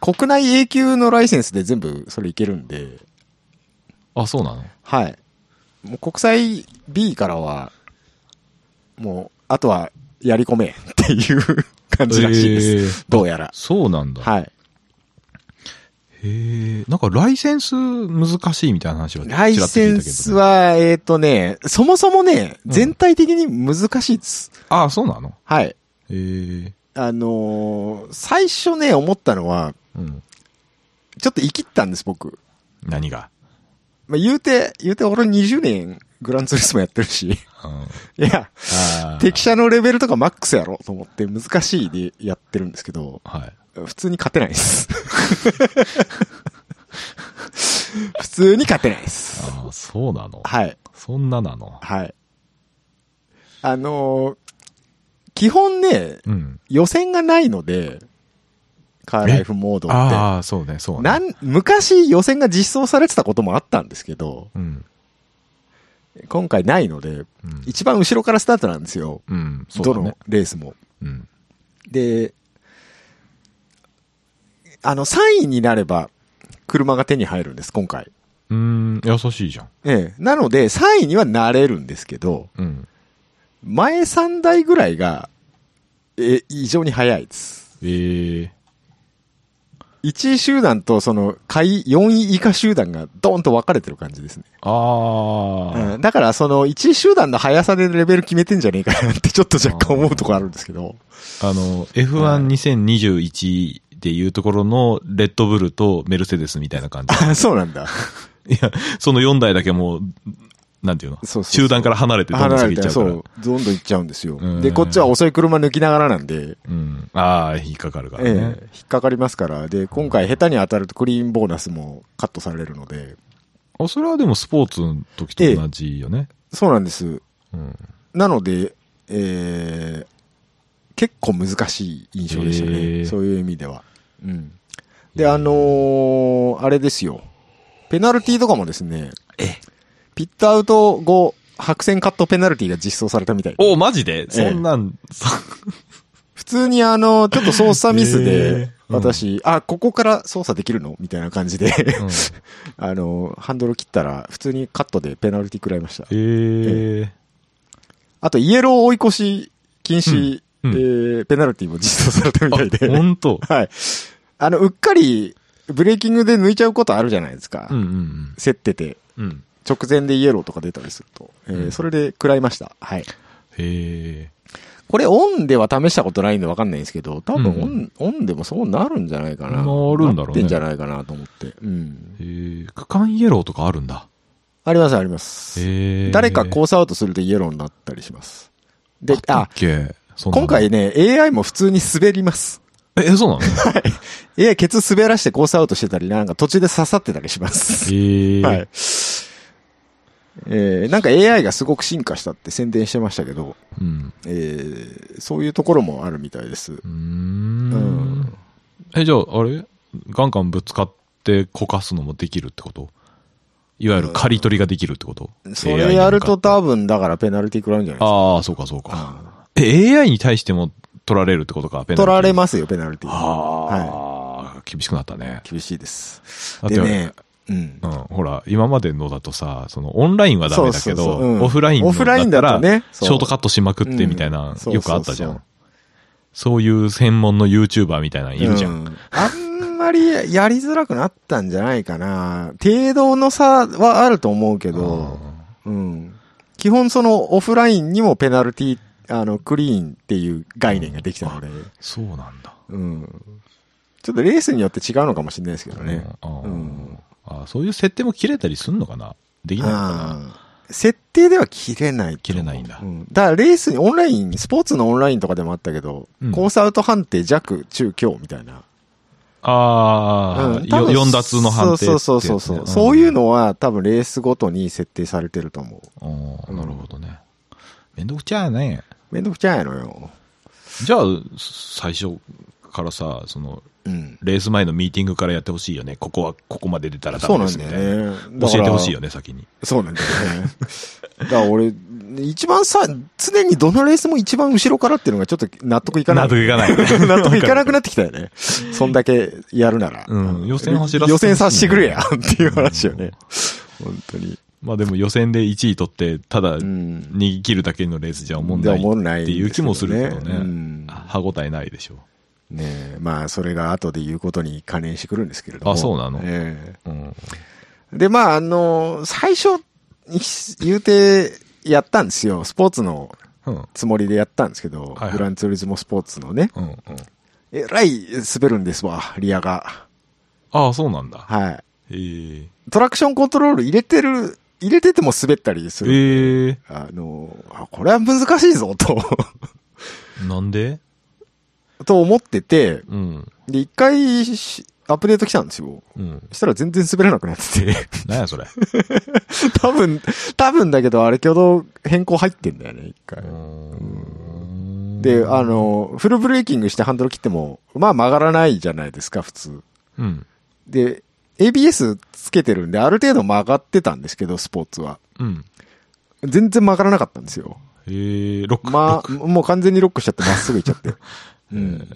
[SPEAKER 2] 国内永久のライセンスで全部それいけるんで、
[SPEAKER 1] あ、そうなの
[SPEAKER 2] はい。もう国際 B からは、もう、あとはやり込めっていう感じらしいです。
[SPEAKER 1] えー
[SPEAKER 2] どうやら。
[SPEAKER 1] そうなんだ。
[SPEAKER 2] はい。
[SPEAKER 1] へえ。なんかライセンス難しいみたいな話はちらっと
[SPEAKER 2] ラ
[SPEAKER 1] 聞い
[SPEAKER 2] イ
[SPEAKER 1] たけ
[SPEAKER 2] セ
[SPEAKER 1] どね
[SPEAKER 2] ンス。は、えっ、とね、そもそもね、
[SPEAKER 1] うん
[SPEAKER 2] 全体的に難しいです。
[SPEAKER 1] ああ、そうなの
[SPEAKER 2] はい。
[SPEAKER 1] へえ。
[SPEAKER 2] あのー最初ね、思ったのは、
[SPEAKER 1] うん。
[SPEAKER 2] ちょっと生きったんです、僕。
[SPEAKER 1] 何が
[SPEAKER 2] まあ、言うて、言うて俺20年グランツーリスモやってるし、い
[SPEAKER 1] うん
[SPEAKER 2] や、
[SPEAKER 1] あー
[SPEAKER 2] 敵車のレベルとかマックスやろと思って難しいでやってるんですけど、
[SPEAKER 1] はい。
[SPEAKER 2] 普通に勝てないです。 [laughs] 普通に勝てないです。
[SPEAKER 1] ああ、そうなの
[SPEAKER 2] はい。
[SPEAKER 1] そんななの
[SPEAKER 2] はい。あのー基本ね、
[SPEAKER 1] うん。
[SPEAKER 2] 予選がないので、カーライフモードって。
[SPEAKER 1] ああ、そうね、そうね。
[SPEAKER 2] なん昔予選が実装されてたこともあったんですけど、
[SPEAKER 1] うん。
[SPEAKER 2] 今回ないので、
[SPEAKER 1] うん
[SPEAKER 2] 一番後ろからスタートなんですよ。
[SPEAKER 1] うん、そう
[SPEAKER 2] ど
[SPEAKER 1] だね
[SPEAKER 2] の。レースも。
[SPEAKER 1] うん。
[SPEAKER 2] で、あの、3位になれば、車が手に入るんです、今回。
[SPEAKER 1] うーん、優しいじゃん。
[SPEAKER 2] ええ。なので、3位にはなれるんですけど、
[SPEAKER 1] うん。
[SPEAKER 2] 前3台ぐらいが、え、異常に速いです。
[SPEAKER 1] ええ。
[SPEAKER 2] 1位集団と、その、下位、4位以下集団が、ドーンと分かれてる感じですね。
[SPEAKER 1] あ
[SPEAKER 2] うん。だから、その、1位集団の速さでレベル決めてんじゃねえかなって、ちょっと若干思うところあるんですけど。
[SPEAKER 1] あ、あの、
[SPEAKER 2] はい
[SPEAKER 1] F12021 でいうところの、レッドブルとメルセデスみたいな感じ。
[SPEAKER 2] あ、そうなんだ。
[SPEAKER 1] いや、その4台だけもう、なんていうの
[SPEAKER 2] そうそうそう
[SPEAKER 1] 集団から離れてどんどん
[SPEAKER 2] 離
[SPEAKER 1] 先
[SPEAKER 2] れ
[SPEAKER 1] 行っち
[SPEAKER 2] て、
[SPEAKER 1] ゃうから。
[SPEAKER 2] そう、どんどん行っちゃうんですよ
[SPEAKER 1] う。ん
[SPEAKER 2] で、こっちは遅い車抜きながらなんで、
[SPEAKER 1] うん。ああ、引っかかるから
[SPEAKER 2] ええ
[SPEAKER 1] ね。、
[SPEAKER 2] 引っかかりますから。で、今回下手に当たるとクリーンボーナスもカットされるので、
[SPEAKER 1] あ、それはでもスポーツの時と同じよね。
[SPEAKER 2] そうなんです。
[SPEAKER 1] うん。
[SPEAKER 2] なので、えー結構難しい印象でしたね。
[SPEAKER 1] へー
[SPEAKER 2] そういう意味では。うん。で、あのーあれですよ。ペナルティとかもですね、
[SPEAKER 1] え
[SPEAKER 2] ピットアウト後、白線カットペナルティが実装されたみたいで。
[SPEAKER 1] おマジでそんなん、そ
[SPEAKER 2] 普通にあの、ちょっと操作ミス
[SPEAKER 1] へー
[SPEAKER 2] で、
[SPEAKER 1] うん
[SPEAKER 2] 私、あ、ここから操作できるのみたいな感じで、 [laughs]
[SPEAKER 1] うん
[SPEAKER 2] あの、ハンドル切ったら、普通にカットでペナルティ食らいました。
[SPEAKER 1] ええ。
[SPEAKER 2] あと、イエロー追い越し禁止、
[SPEAKER 1] うんうん
[SPEAKER 2] えーペナルティも実装されたみたい
[SPEAKER 1] あ、
[SPEAKER 2] で、
[SPEAKER 1] 本当。
[SPEAKER 2] はい。あの、うっかり、ブレーキングで抜いちゃうことあるじゃないですか。
[SPEAKER 1] うんうん
[SPEAKER 2] 競ってて、
[SPEAKER 1] うん。うん。
[SPEAKER 2] 直前でイエローとか出たりすると。えー
[SPEAKER 1] うん
[SPEAKER 2] それで食らいました。はい。
[SPEAKER 1] へえ。
[SPEAKER 2] これ、オンでは試したことないんでわかんないんですけど、多分オ
[SPEAKER 1] う
[SPEAKER 2] ン、オンでもそうなるんじゃないか
[SPEAKER 1] なるん
[SPEAKER 2] な。
[SPEAKER 1] だろうね
[SPEAKER 2] ってんじゃないかなと思って。うん。
[SPEAKER 1] へえ。区間イエローとかあるんだ。
[SPEAKER 2] ありますあります。
[SPEAKER 1] えー
[SPEAKER 2] 誰かコースアウトするとイエローになったりします。で、
[SPEAKER 1] あっ
[SPEAKER 2] あ、
[SPEAKER 1] けそんなの
[SPEAKER 2] 今回ね、AI も普通に滑ります。
[SPEAKER 1] え、そうな
[SPEAKER 2] [laughs]
[SPEAKER 1] の
[SPEAKER 2] AI ケツ滑らしてコースアウトしてたり、なんか途中で刺さってたり
[SPEAKER 1] [laughs]
[SPEAKER 2] します。
[SPEAKER 1] ええ。
[SPEAKER 2] はい。えー、なんか AI がすごく進化したって宣伝してましたけど、
[SPEAKER 1] うん。
[SPEAKER 2] えー、そういうところもあるみたいです
[SPEAKER 1] うー。
[SPEAKER 2] うん
[SPEAKER 1] ん。え、じゃあ、あれガンガンぶつかってこかすのもできるってこといわゆる刈り取りができるってこと
[SPEAKER 2] それやると
[SPEAKER 1] AI に向かっ
[SPEAKER 2] 多分、だからペナルティ食らうんじゃ
[SPEAKER 1] て
[SPEAKER 2] ない
[SPEAKER 1] ああ、そうかそう
[SPEAKER 2] です
[SPEAKER 1] か。
[SPEAKER 2] か。
[SPEAKER 1] え、AI に対しても取られるってことか、ペナルティ
[SPEAKER 2] 取られますよ、ペナルティ。
[SPEAKER 1] ああ、厳しくなったね。
[SPEAKER 2] 厳しいです。
[SPEAKER 1] だって
[SPEAKER 2] でね、うん
[SPEAKER 1] う。ん、ほら、今までのだとさ、その、オンラインはダメだけ
[SPEAKER 2] そうそうそうう
[SPEAKER 1] ど、
[SPEAKER 2] ん
[SPEAKER 1] オフライン
[SPEAKER 2] オフライン
[SPEAKER 1] だ
[SPEAKER 2] だ
[SPEAKER 1] った
[SPEAKER 2] と
[SPEAKER 1] ら、
[SPEAKER 2] ね、
[SPEAKER 1] ショートカ
[SPEAKER 2] ッ
[SPEAKER 1] ットしまくってみたい
[SPEAKER 2] うん
[SPEAKER 1] な
[SPEAKER 2] そ、う
[SPEAKER 1] よくあったじゃ
[SPEAKER 2] そう
[SPEAKER 1] ん
[SPEAKER 2] そう。
[SPEAKER 1] そういう専門の YouTuber みたいなのいるじゃん。
[SPEAKER 2] ん。あんまりやりづらくなったんじゃないかな。程度の差はあると思うけど、うん。基本そのオフラインにもペナルティ、あの、クリーンっていう概念ができたので、
[SPEAKER 1] そうなんだ。
[SPEAKER 2] うん。ちょっとレースによって違うのかもしれないですけど
[SPEAKER 1] う
[SPEAKER 2] ね。
[SPEAKER 1] ん。あー
[SPEAKER 2] うん
[SPEAKER 1] あーそういう設定も切れたりすんのかなできないのかな
[SPEAKER 2] うん設定では切れないと
[SPEAKER 1] 切
[SPEAKER 2] 思う。
[SPEAKER 1] れないんだ
[SPEAKER 2] う。だからレースにオンライン、スポーツのオンラインとかでもあったけど、
[SPEAKER 1] うん
[SPEAKER 2] コースアウト判定弱、中、強みたいな。
[SPEAKER 1] ああ、
[SPEAKER 2] うん多分
[SPEAKER 1] 4脱の判定ってやつね。
[SPEAKER 2] そうそうそうそう。そういう
[SPEAKER 1] の。
[SPEAKER 2] のは多分レースごとに設定されてると思う。
[SPEAKER 1] あーなるほどね。めんどくちゃやね。
[SPEAKER 2] めんどくちゃやのよ。
[SPEAKER 1] じゃあ、最初からさ、その、
[SPEAKER 2] うん。
[SPEAKER 1] レース前のミーティングからやってほしいよね。ここは、ここまで出たらダ
[SPEAKER 2] そう
[SPEAKER 1] メ
[SPEAKER 2] な
[SPEAKER 1] で
[SPEAKER 2] ん
[SPEAKER 1] す
[SPEAKER 2] だ
[SPEAKER 1] みた
[SPEAKER 2] よ
[SPEAKER 1] いな。
[SPEAKER 2] ね。
[SPEAKER 1] 教えてほしい
[SPEAKER 2] よ。
[SPEAKER 1] よね、先に。
[SPEAKER 2] そうなんだよね。だから俺、一番さ、常にどのレースも一番後ろからっていうのがちょっと納得いかない。
[SPEAKER 1] 納得いかないよね
[SPEAKER 2] [laughs] 納得いかなくなってきた
[SPEAKER 1] [laughs]
[SPEAKER 2] よね。そんだけやるなら。
[SPEAKER 1] うん予選走らせてほしいね
[SPEAKER 2] 予選させてくれやっていう話よね。本当に。
[SPEAKER 1] まあでも予選で1位取って、ただ
[SPEAKER 2] う
[SPEAKER 1] 逃
[SPEAKER 2] ん。
[SPEAKER 1] げ切るだけのレースじゃ思ん
[SPEAKER 2] で
[SPEAKER 1] な
[SPEAKER 2] はい思んない
[SPEAKER 1] っていう気もするけど
[SPEAKER 2] ですよ
[SPEAKER 1] ね
[SPEAKER 2] うん。
[SPEAKER 1] 歯応えないでしょ
[SPEAKER 2] ねえ、まあ、それが後で言うことに関連してくるんですけれども。
[SPEAKER 1] あそうなの
[SPEAKER 2] え
[SPEAKER 1] う。うん。
[SPEAKER 2] えで、まあ、あの、最初、い言うて、やったんですよ。スポーツの
[SPEAKER 1] うん。
[SPEAKER 2] つもりでやったんですけ
[SPEAKER 1] は
[SPEAKER 2] ど、
[SPEAKER 1] いはい
[SPEAKER 2] グランツーリズモスポーツのね、
[SPEAKER 1] うん。うん。
[SPEAKER 2] えらい滑るんですわ、リアが。
[SPEAKER 1] ああ、そうなんだ。
[SPEAKER 2] は
[SPEAKER 1] ええ。
[SPEAKER 2] い。トラクションコントロール入れてる、入れてても滑ったりする。
[SPEAKER 1] ええ。
[SPEAKER 2] あの、あこれは難しいぞ、と、 [laughs]
[SPEAKER 1] なんで
[SPEAKER 2] と思ってて、
[SPEAKER 1] うん。
[SPEAKER 2] で、一回し、アップデート来たんですよ。
[SPEAKER 1] うん。
[SPEAKER 2] したら全然滑らなくなってて。 [laughs]
[SPEAKER 1] なんやそれ。
[SPEAKER 2] 多分、多分だけど、あれ挙動変更入ってんだよね、一回
[SPEAKER 1] う。ん
[SPEAKER 2] で、あ、の、フルブレーキングしてハンドル切っても、まあ曲がらないじゃないですか、普通。
[SPEAKER 1] うん。
[SPEAKER 2] で、ABS つけてるんで、ある程度曲がってたんですけど、スポーツは。
[SPEAKER 1] うん。
[SPEAKER 2] 全然曲がらなかったんですよ。
[SPEAKER 1] ええ、ロック。ロッ
[SPEAKER 2] ま
[SPEAKER 1] [laughs]
[SPEAKER 2] あ、
[SPEAKER 1] ク
[SPEAKER 2] もう完全にロックしちゃって、まっすぐ行っち
[SPEAKER 1] [laughs]
[SPEAKER 2] ゃって。うん。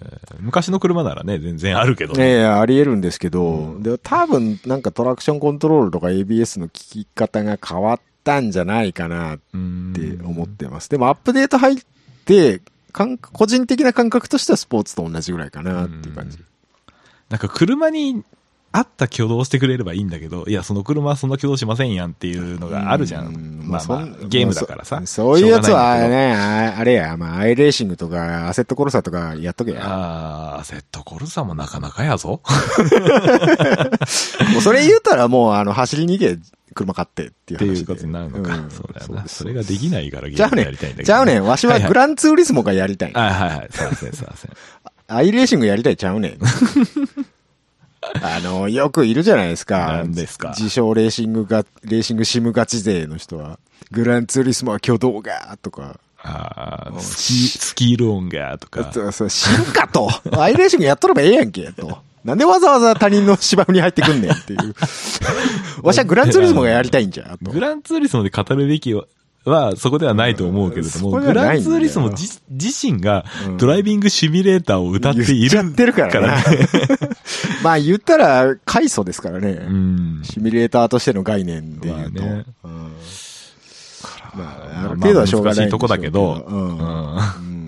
[SPEAKER 1] 昔の車ならね、全然あるけどね。
[SPEAKER 2] ええあり得るんですけど、で、多分、なんかトラクションコントロールとか ABS の効き方が変わったんじゃないかな
[SPEAKER 1] うん
[SPEAKER 2] って思ってます。でもアップデート入って、感個人的な感覚としてはスポーツと同じぐらいかなっていう感じ
[SPEAKER 1] うん。なんか車に合った挙動をしてくれればいいんだけど、いや、その車はそんな挙動しませんやんっていうのがあるじゃん。
[SPEAKER 2] う
[SPEAKER 1] まあまあ
[SPEAKER 2] そん
[SPEAKER 1] ゲームだからさ。
[SPEAKER 2] まあそそういうやつは
[SPEAKER 1] しょうがないんだ
[SPEAKER 2] ね、ああれや、まあ、アイレーシングとか、アセットコルサとかやっとけ
[SPEAKER 1] けど。
[SPEAKER 2] や。
[SPEAKER 1] あー、セットコルサもなかなかやぞ。
[SPEAKER 2] もうそれ言うたらもう、あの、走りに行け、車買ってっていう
[SPEAKER 1] って
[SPEAKER 2] 話で。
[SPEAKER 1] いうことになるのか。
[SPEAKER 2] ん
[SPEAKER 1] そうだよ
[SPEAKER 2] で
[SPEAKER 1] な。
[SPEAKER 2] す
[SPEAKER 1] それができないからゲ
[SPEAKER 2] じゃ
[SPEAKER 1] ー
[SPEAKER 2] あ
[SPEAKER 1] ムや
[SPEAKER 2] ね
[SPEAKER 1] りたいんだけど、、
[SPEAKER 2] じゃあね、わしはグ
[SPEAKER 1] ラ
[SPEAKER 2] ランツーリスモがやりたい。
[SPEAKER 1] はいはいはいはい、すいません、すいません。
[SPEAKER 2] アイレーシングやりたいちゃうねん。あの、よくいるじゃないですか。
[SPEAKER 1] 何ですか
[SPEAKER 2] 自称レーシングが、レーシングシムガチ勢の人は、グランツーリスモは挙動が、とか、
[SPEAKER 1] あ
[SPEAKER 2] うん
[SPEAKER 1] ー、スキー、スキール音が、と
[SPEAKER 2] あ
[SPEAKER 1] か。
[SPEAKER 2] とそうシムかと。 [laughs] アイレーシングやっとればええやんけ、と。なんでわざわざ他人の芝生に入ってくんねんって
[SPEAKER 1] [laughs]
[SPEAKER 2] いう。わしはグランツーリスモがやりたいんじゃ、と
[SPEAKER 1] グ。ランツーリスモで語るべきは、はそこではないと思うけれど
[SPEAKER 2] そ
[SPEAKER 1] も、
[SPEAKER 2] こでは
[SPEAKER 1] グ
[SPEAKER 2] な
[SPEAKER 1] ラ
[SPEAKER 2] いんだよ
[SPEAKER 1] ンツーリスモ自自身が
[SPEAKER 2] うん
[SPEAKER 1] ドライビングシミュレーターを歌っている。
[SPEAKER 2] 言っちゃってるからね。 [laughs] まあ言ったら、快祖ですからね。
[SPEAKER 1] うん。
[SPEAKER 2] シミュレーターとしての概念で言うと。
[SPEAKER 1] まあね
[SPEAKER 2] うんまあ、あ
[SPEAKER 1] まあ
[SPEAKER 2] る程度はしょうがない
[SPEAKER 1] 難しい
[SPEAKER 2] んでし
[SPEAKER 1] と
[SPEAKER 2] ょう
[SPEAKER 1] こ
[SPEAKER 2] け
[SPEAKER 1] だけど、
[SPEAKER 2] うん
[SPEAKER 1] うん
[SPEAKER 2] うん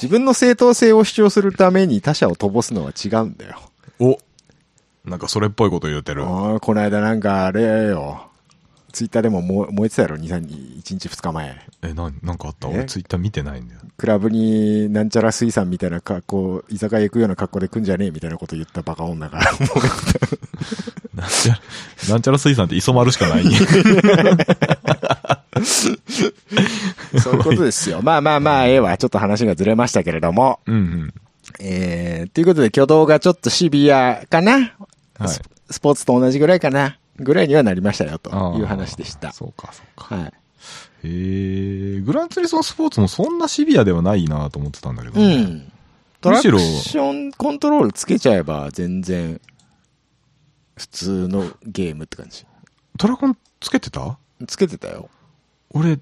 [SPEAKER 2] 自分の正当性を主張するために他者を飛ばすのは違うんだよ。
[SPEAKER 1] おなんかそれっぽいこと言うてる。
[SPEAKER 2] ああこの間なんかあれよ。ツイッターでも燃え燃えてたやろ、2、3、1日2日前。
[SPEAKER 1] え、な、なんかあった
[SPEAKER 2] え
[SPEAKER 1] 俺ツイッター見てないんだよ。
[SPEAKER 2] クラブになんちゃら水産みた
[SPEAKER 1] [laughs]
[SPEAKER 2] いな格好、居酒屋行くような格好で来んじゃねえみたいなこと言ったバカ女が。もう
[SPEAKER 1] なんちゃら、 [laughs] なんちゃら水産って磯丸し
[SPEAKER 2] [laughs]
[SPEAKER 1] かないね。
[SPEAKER 2] そういうことですよ。まあまあまあ、ええわ。ちょっと話がずれましたけれども。
[SPEAKER 1] うんうん。
[SPEAKER 2] えー、ということで挙動がちょっとシビアかな、
[SPEAKER 1] はい
[SPEAKER 2] ススポーツと同じぐらいかなぐらいにはなりましたよ、と
[SPEAKER 1] あー
[SPEAKER 2] いう話でした。
[SPEAKER 1] そうか、そうか。
[SPEAKER 2] はい。
[SPEAKER 1] へえグランツーリスモスポーツもそんなシビアではないなと思ってたんだけど
[SPEAKER 2] う
[SPEAKER 1] ね、
[SPEAKER 2] ん。トラ
[SPEAKER 1] むしろ
[SPEAKER 2] クションコントロールつけちゃえば全然普通のゲームって感じ。
[SPEAKER 1] トラコンつけてた
[SPEAKER 2] つけてたよ。
[SPEAKER 1] 俺、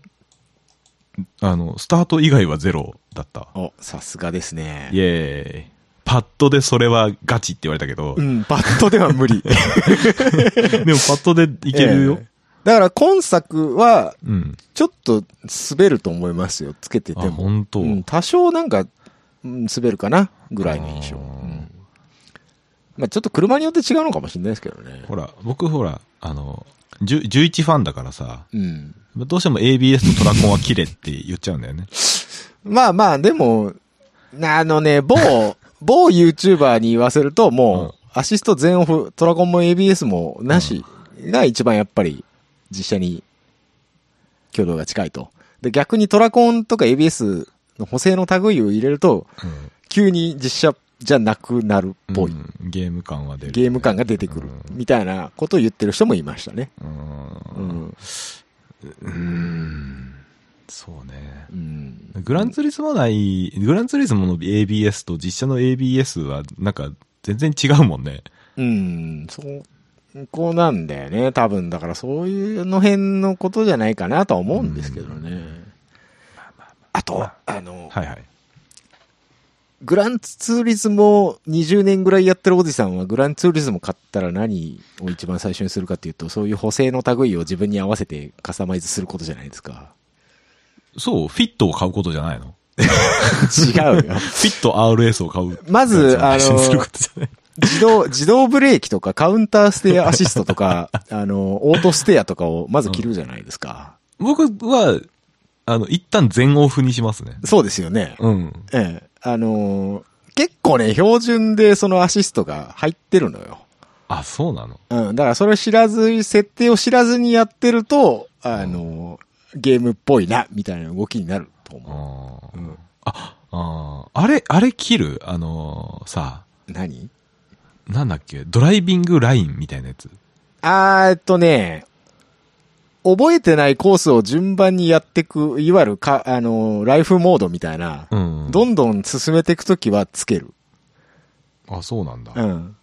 [SPEAKER 1] あの、スタート以外はゼロだった。
[SPEAKER 2] お、さすがですね
[SPEAKER 1] イ。エーイ。パッドでそれはガチって言われたけど、
[SPEAKER 2] うん、バットでは無理。
[SPEAKER 1] でもパッドで [laughs] いけるよ。
[SPEAKER 2] ええだから今作は
[SPEAKER 1] うん。
[SPEAKER 2] ちょっと滑ると思いますよ、つけて
[SPEAKER 1] あ、
[SPEAKER 2] ても。
[SPEAKER 1] 本当、
[SPEAKER 2] うん、多少なんか、うん滑るかなぐらいの印象。
[SPEAKER 1] あー
[SPEAKER 2] うんまあちょっと車によって違うのかもしれないですけどね。
[SPEAKER 1] ほら、僕ほら、あの、10 11ファンだからさ、
[SPEAKER 2] うん。
[SPEAKER 1] どうしても ABS とトラコンは切れって言っちゃうんだよね。
[SPEAKER 2] まあまあ、でも、なあのね、
[SPEAKER 1] [laughs]
[SPEAKER 2] 某、某 YouTuber に言わせると、
[SPEAKER 1] うん
[SPEAKER 2] もう、アシスト全オフ、トラゴンも ABS もなしが一番やっぱり、実写に、挙動が近いと。で、逆にトラコンとか ABS の補正の類を入れると、
[SPEAKER 1] うん
[SPEAKER 2] 急に実写じゃなくなるっぽい。
[SPEAKER 1] うんゲーム感は出る、
[SPEAKER 2] ゲーム感が出てくるみたいなことを言ってる人もいましたね。
[SPEAKER 1] うん。
[SPEAKER 2] う
[SPEAKER 1] うん
[SPEAKER 2] ん。
[SPEAKER 1] うん。そうね。
[SPEAKER 2] うん。
[SPEAKER 1] グランツーリスモない、グランツーリスモの ABS と実写の ABS はなんか全然違うもんね。
[SPEAKER 2] うん、そこなんだよね。多分、だからそういうの辺のことじゃないかなとは思うんですけどね。あと、あの、
[SPEAKER 1] はいはい。
[SPEAKER 2] グランツーリズムを20年ぐらいやってるおじさんは、グランツーリズム買ったら何を一番最初にするかっていうと、そういう補正の類を自分に合わせてカスタマイズすることじゃないですか。
[SPEAKER 1] そう、フィットを買うことじゃないの
[SPEAKER 2] 違うよ。
[SPEAKER 1] フィット RS を買う。
[SPEAKER 2] ま
[SPEAKER 1] や
[SPEAKER 2] ず
[SPEAKER 1] つを配信
[SPEAKER 2] あの
[SPEAKER 1] することじゃない。
[SPEAKER 2] 自動、 [laughs] 自動ブレーキとか、カウンターステアアシストとか、あの、オートステアとかをまず切るじゃないですか。
[SPEAKER 1] [laughs] 僕は、あの、一旦全オフにしますね。
[SPEAKER 2] そうですよね。
[SPEAKER 1] うん。
[SPEAKER 2] ええ。あのー結構ね、標準でそのアシストが入ってるのよ。
[SPEAKER 1] あ、そうなの
[SPEAKER 2] うん。だからそれを知らず、設定を知らずにやってると、あのーゲームっぽいな、みたいな動きになると思
[SPEAKER 1] あー
[SPEAKER 2] う。うん。
[SPEAKER 1] あー、あれ、あれ切るあのーさ、
[SPEAKER 2] 何
[SPEAKER 1] なんだっけ、ドライビングラインみたいなやつ。
[SPEAKER 2] あーえっとね、覚えてないコースを順番にやってく、いわゆるか、あのーライフモードみたいな、
[SPEAKER 1] うん。
[SPEAKER 2] どんどん進めていくときはつける。
[SPEAKER 1] あ、そうなんだ。
[SPEAKER 2] う
[SPEAKER 1] へ
[SPEAKER 2] ん。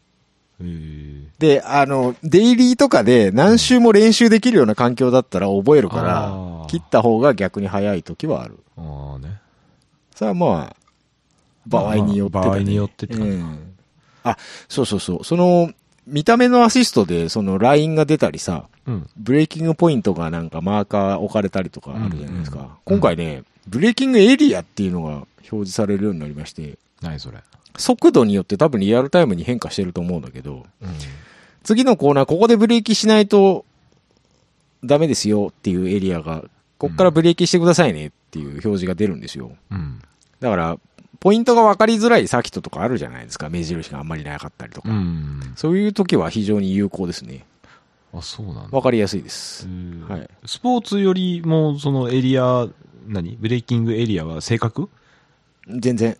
[SPEAKER 1] ー
[SPEAKER 2] で、あの、デイリーとかで何周も練習できるような環境だったら覚えるから、
[SPEAKER 1] あー
[SPEAKER 2] 切った方が逆に早い時はある。
[SPEAKER 1] ああね。
[SPEAKER 2] それはまあ、場合によってだね、
[SPEAKER 1] まあまあ場合によってって感じか
[SPEAKER 2] うんあ、そうそうそう。その、見た目のアシストで、そのラインが出たりさ、
[SPEAKER 1] うん。
[SPEAKER 2] ブレーキングポイントがなんかマーカー置かれたりとかあるじゃないですか。
[SPEAKER 1] うんうん
[SPEAKER 2] 今回ね、ブレーキングエリアっていうのが表示されるようになりまして、
[SPEAKER 1] 何それ。
[SPEAKER 2] 速度によって多分リアルタイムに変化してると思うんだけど、
[SPEAKER 1] うん。
[SPEAKER 2] 次のコーナー、ここでブレーキしないとダメですよっていうエリアが、こっからブレーキしてくださいねっていう表示が出るんですよ。
[SPEAKER 1] うん。
[SPEAKER 2] だから、ポイントが分かりづらいサーキットとかあるじゃないですか。目印があんまりなかったりとか。
[SPEAKER 1] うん。
[SPEAKER 2] そういう時は非常に有効ですね。
[SPEAKER 1] あ、そうなんだ。
[SPEAKER 2] 分かりやすいで
[SPEAKER 1] う
[SPEAKER 2] す。
[SPEAKER 1] ん
[SPEAKER 2] はい
[SPEAKER 1] スポーツよりも、そのエリア、何ブレーキングエリアは正
[SPEAKER 2] [laughs]
[SPEAKER 1] 確
[SPEAKER 2] 全然。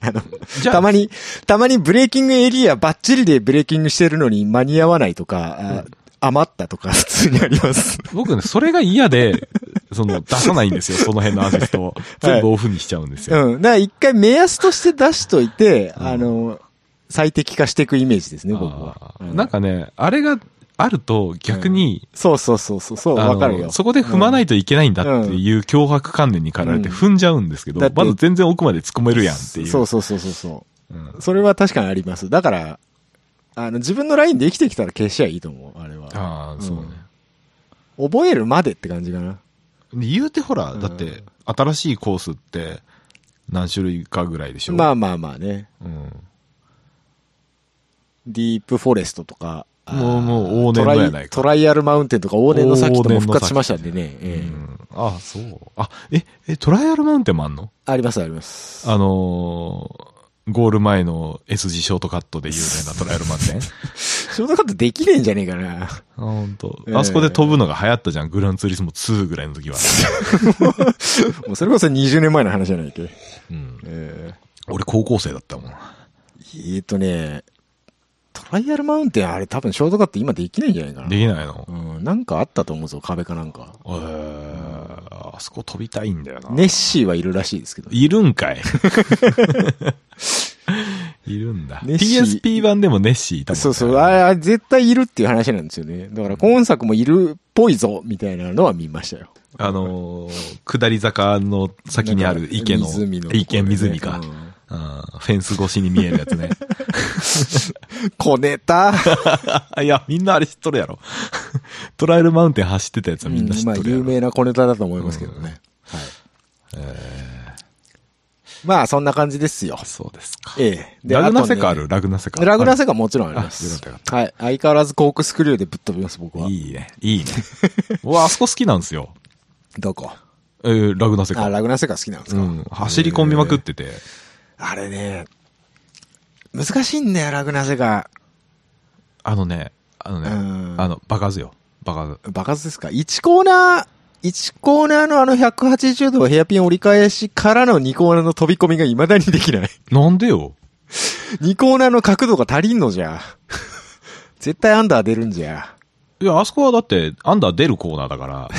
[SPEAKER 2] あの、
[SPEAKER 1] じゃあ
[SPEAKER 2] たまに、たまにブレーキングエリアバッチリでブレーキングしてるのに間に合わないとか、あ余ったとか普通にあります。
[SPEAKER 1] 僕ね、それが嫌で、その、出さないんですよ、その辺のアシストを。全部オフにしちゃうんですよ。
[SPEAKER 2] うん。だから一回目安として出しといて、
[SPEAKER 1] うん
[SPEAKER 2] あの、最適化していくイメージですね、僕は
[SPEAKER 1] あ。ーなんかね、あれがあると逆に、
[SPEAKER 2] そうそうそうそう、そう、
[SPEAKER 1] あの
[SPEAKER 2] わかるよ。
[SPEAKER 1] そこで踏まないいといけないんだっていう脅迫観念に駆られて
[SPEAKER 2] うん
[SPEAKER 1] 踏んじゃうんですけど、
[SPEAKER 2] だって
[SPEAKER 1] まず全然奥まで突っ込めるやんっていう。
[SPEAKER 2] そうそうそうそうそ
[SPEAKER 1] うん
[SPEAKER 2] う。それは確かにあります。だから、あの、自分のラインで生きてきたら消しちゃいいと思う、あれは。
[SPEAKER 1] ああ、そうね。
[SPEAKER 2] 覚えるまでって感じかな。
[SPEAKER 1] で言うてほら、
[SPEAKER 2] うん
[SPEAKER 1] だって、新しいコースって何種類かぐらいでしょ。
[SPEAKER 2] まあまあまあね。
[SPEAKER 1] うん。
[SPEAKER 2] ディープフォレストとか、あー
[SPEAKER 1] もうもう往年のやないか
[SPEAKER 2] トライトライアルマウンテンとか往年のサーキットも復活しましたんでね。
[SPEAKER 1] う
[SPEAKER 2] ええ
[SPEAKER 1] ん、ああ、そう。あ、え、え、トライアルマウンテンもあんの
[SPEAKER 2] ありますあり
[SPEAKER 1] [laughs]
[SPEAKER 2] ます。
[SPEAKER 1] あ
[SPEAKER 2] [laughs]
[SPEAKER 1] のーゴール前の S 字ショートカットで有名なトライアルマウンテン
[SPEAKER 2] ショートカットできねえんじゃねえかな。
[SPEAKER 1] あ、本当
[SPEAKER 2] え。え
[SPEAKER 1] あそこで飛ぶのが流行ったじゃん。グランツーリスモ2ぐらいの時は。
[SPEAKER 2] もうそれこそ20年前の話じゃないっけ。
[SPEAKER 1] うん。
[SPEAKER 2] え
[SPEAKER 1] 俺高校生だったもん。
[SPEAKER 2] ー、えーとね、トライアルマウンテンあれ多分ショートカット今できないんじゃないかな。
[SPEAKER 1] できないの
[SPEAKER 2] うん、なんかあったと思うぞ、壁かなんか。
[SPEAKER 1] えー、あそこ飛びたいんだよな。
[SPEAKER 2] ネッシーはいるらしいですけど。
[SPEAKER 1] いるんかい。 [laughs] いるんだ。
[SPEAKER 2] ネッシー
[SPEAKER 1] PSP 版でもネッシーいたもんね
[SPEAKER 2] そうそう、あれあれ絶対いるっていう話なんですよね。だから今作もいるっぽいぞ、みたいなのは見
[SPEAKER 1] [laughs]
[SPEAKER 2] ましたよ。
[SPEAKER 1] あのー下り坂の先にある池の、
[SPEAKER 2] 湖のところでね
[SPEAKER 1] 池湖か、
[SPEAKER 2] うん
[SPEAKER 1] うんフェンス越しに見えるやつね。 [laughs]
[SPEAKER 2] 小ネタ
[SPEAKER 1] いや、みんなあれ知っとるやろ。 [laughs] トライアルマウンテン走ってたやつはみんな知っ
[SPEAKER 2] まあ
[SPEAKER 1] とるやろ。
[SPEAKER 2] 有名な小ネタだと思いますけどね。
[SPEAKER 1] うん
[SPEAKER 2] はい。まあそんな感じですよ。
[SPEAKER 1] そうですか。
[SPEAKER 2] ええ。で
[SPEAKER 1] ラグナセカあ
[SPEAKER 2] あとね
[SPEAKER 1] る、ラグナセカ。
[SPEAKER 2] ラグナセカもちろんあります
[SPEAKER 1] あラグナ。
[SPEAKER 2] はい。相変わらずコークスクリューでぶっ飛びます、僕は。
[SPEAKER 1] いいね。いいね。 [laughs] うわ、あそこ好きなんですよ。
[SPEAKER 2] どこ
[SPEAKER 1] えーラグナセ
[SPEAKER 2] あ、
[SPEAKER 1] カ。
[SPEAKER 2] ラグナセカ好きなんです
[SPEAKER 1] う
[SPEAKER 2] か、
[SPEAKER 1] ん。走り込みまくってて。
[SPEAKER 2] あれね、難しいんだよ、ラグナセカ。
[SPEAKER 1] あのね、あの
[SPEAKER 2] う
[SPEAKER 1] ね、
[SPEAKER 2] ん。
[SPEAKER 1] あの、バカズよ。バカズ。
[SPEAKER 2] 爆発ですか ?1 コーナー、1コーナーのあの180度ヘアピン折り返しからの2コーナーの飛び込みが未だにできない。 [laughs]
[SPEAKER 1] なんでよ。
[SPEAKER 2] 2コーナーの角度が足りんのじゃ。 [laughs] 絶対アンダー出るんじゃ。
[SPEAKER 1] いや、あそこはだって、アンダー出るコーナーだ
[SPEAKER 2] [laughs]
[SPEAKER 1] から、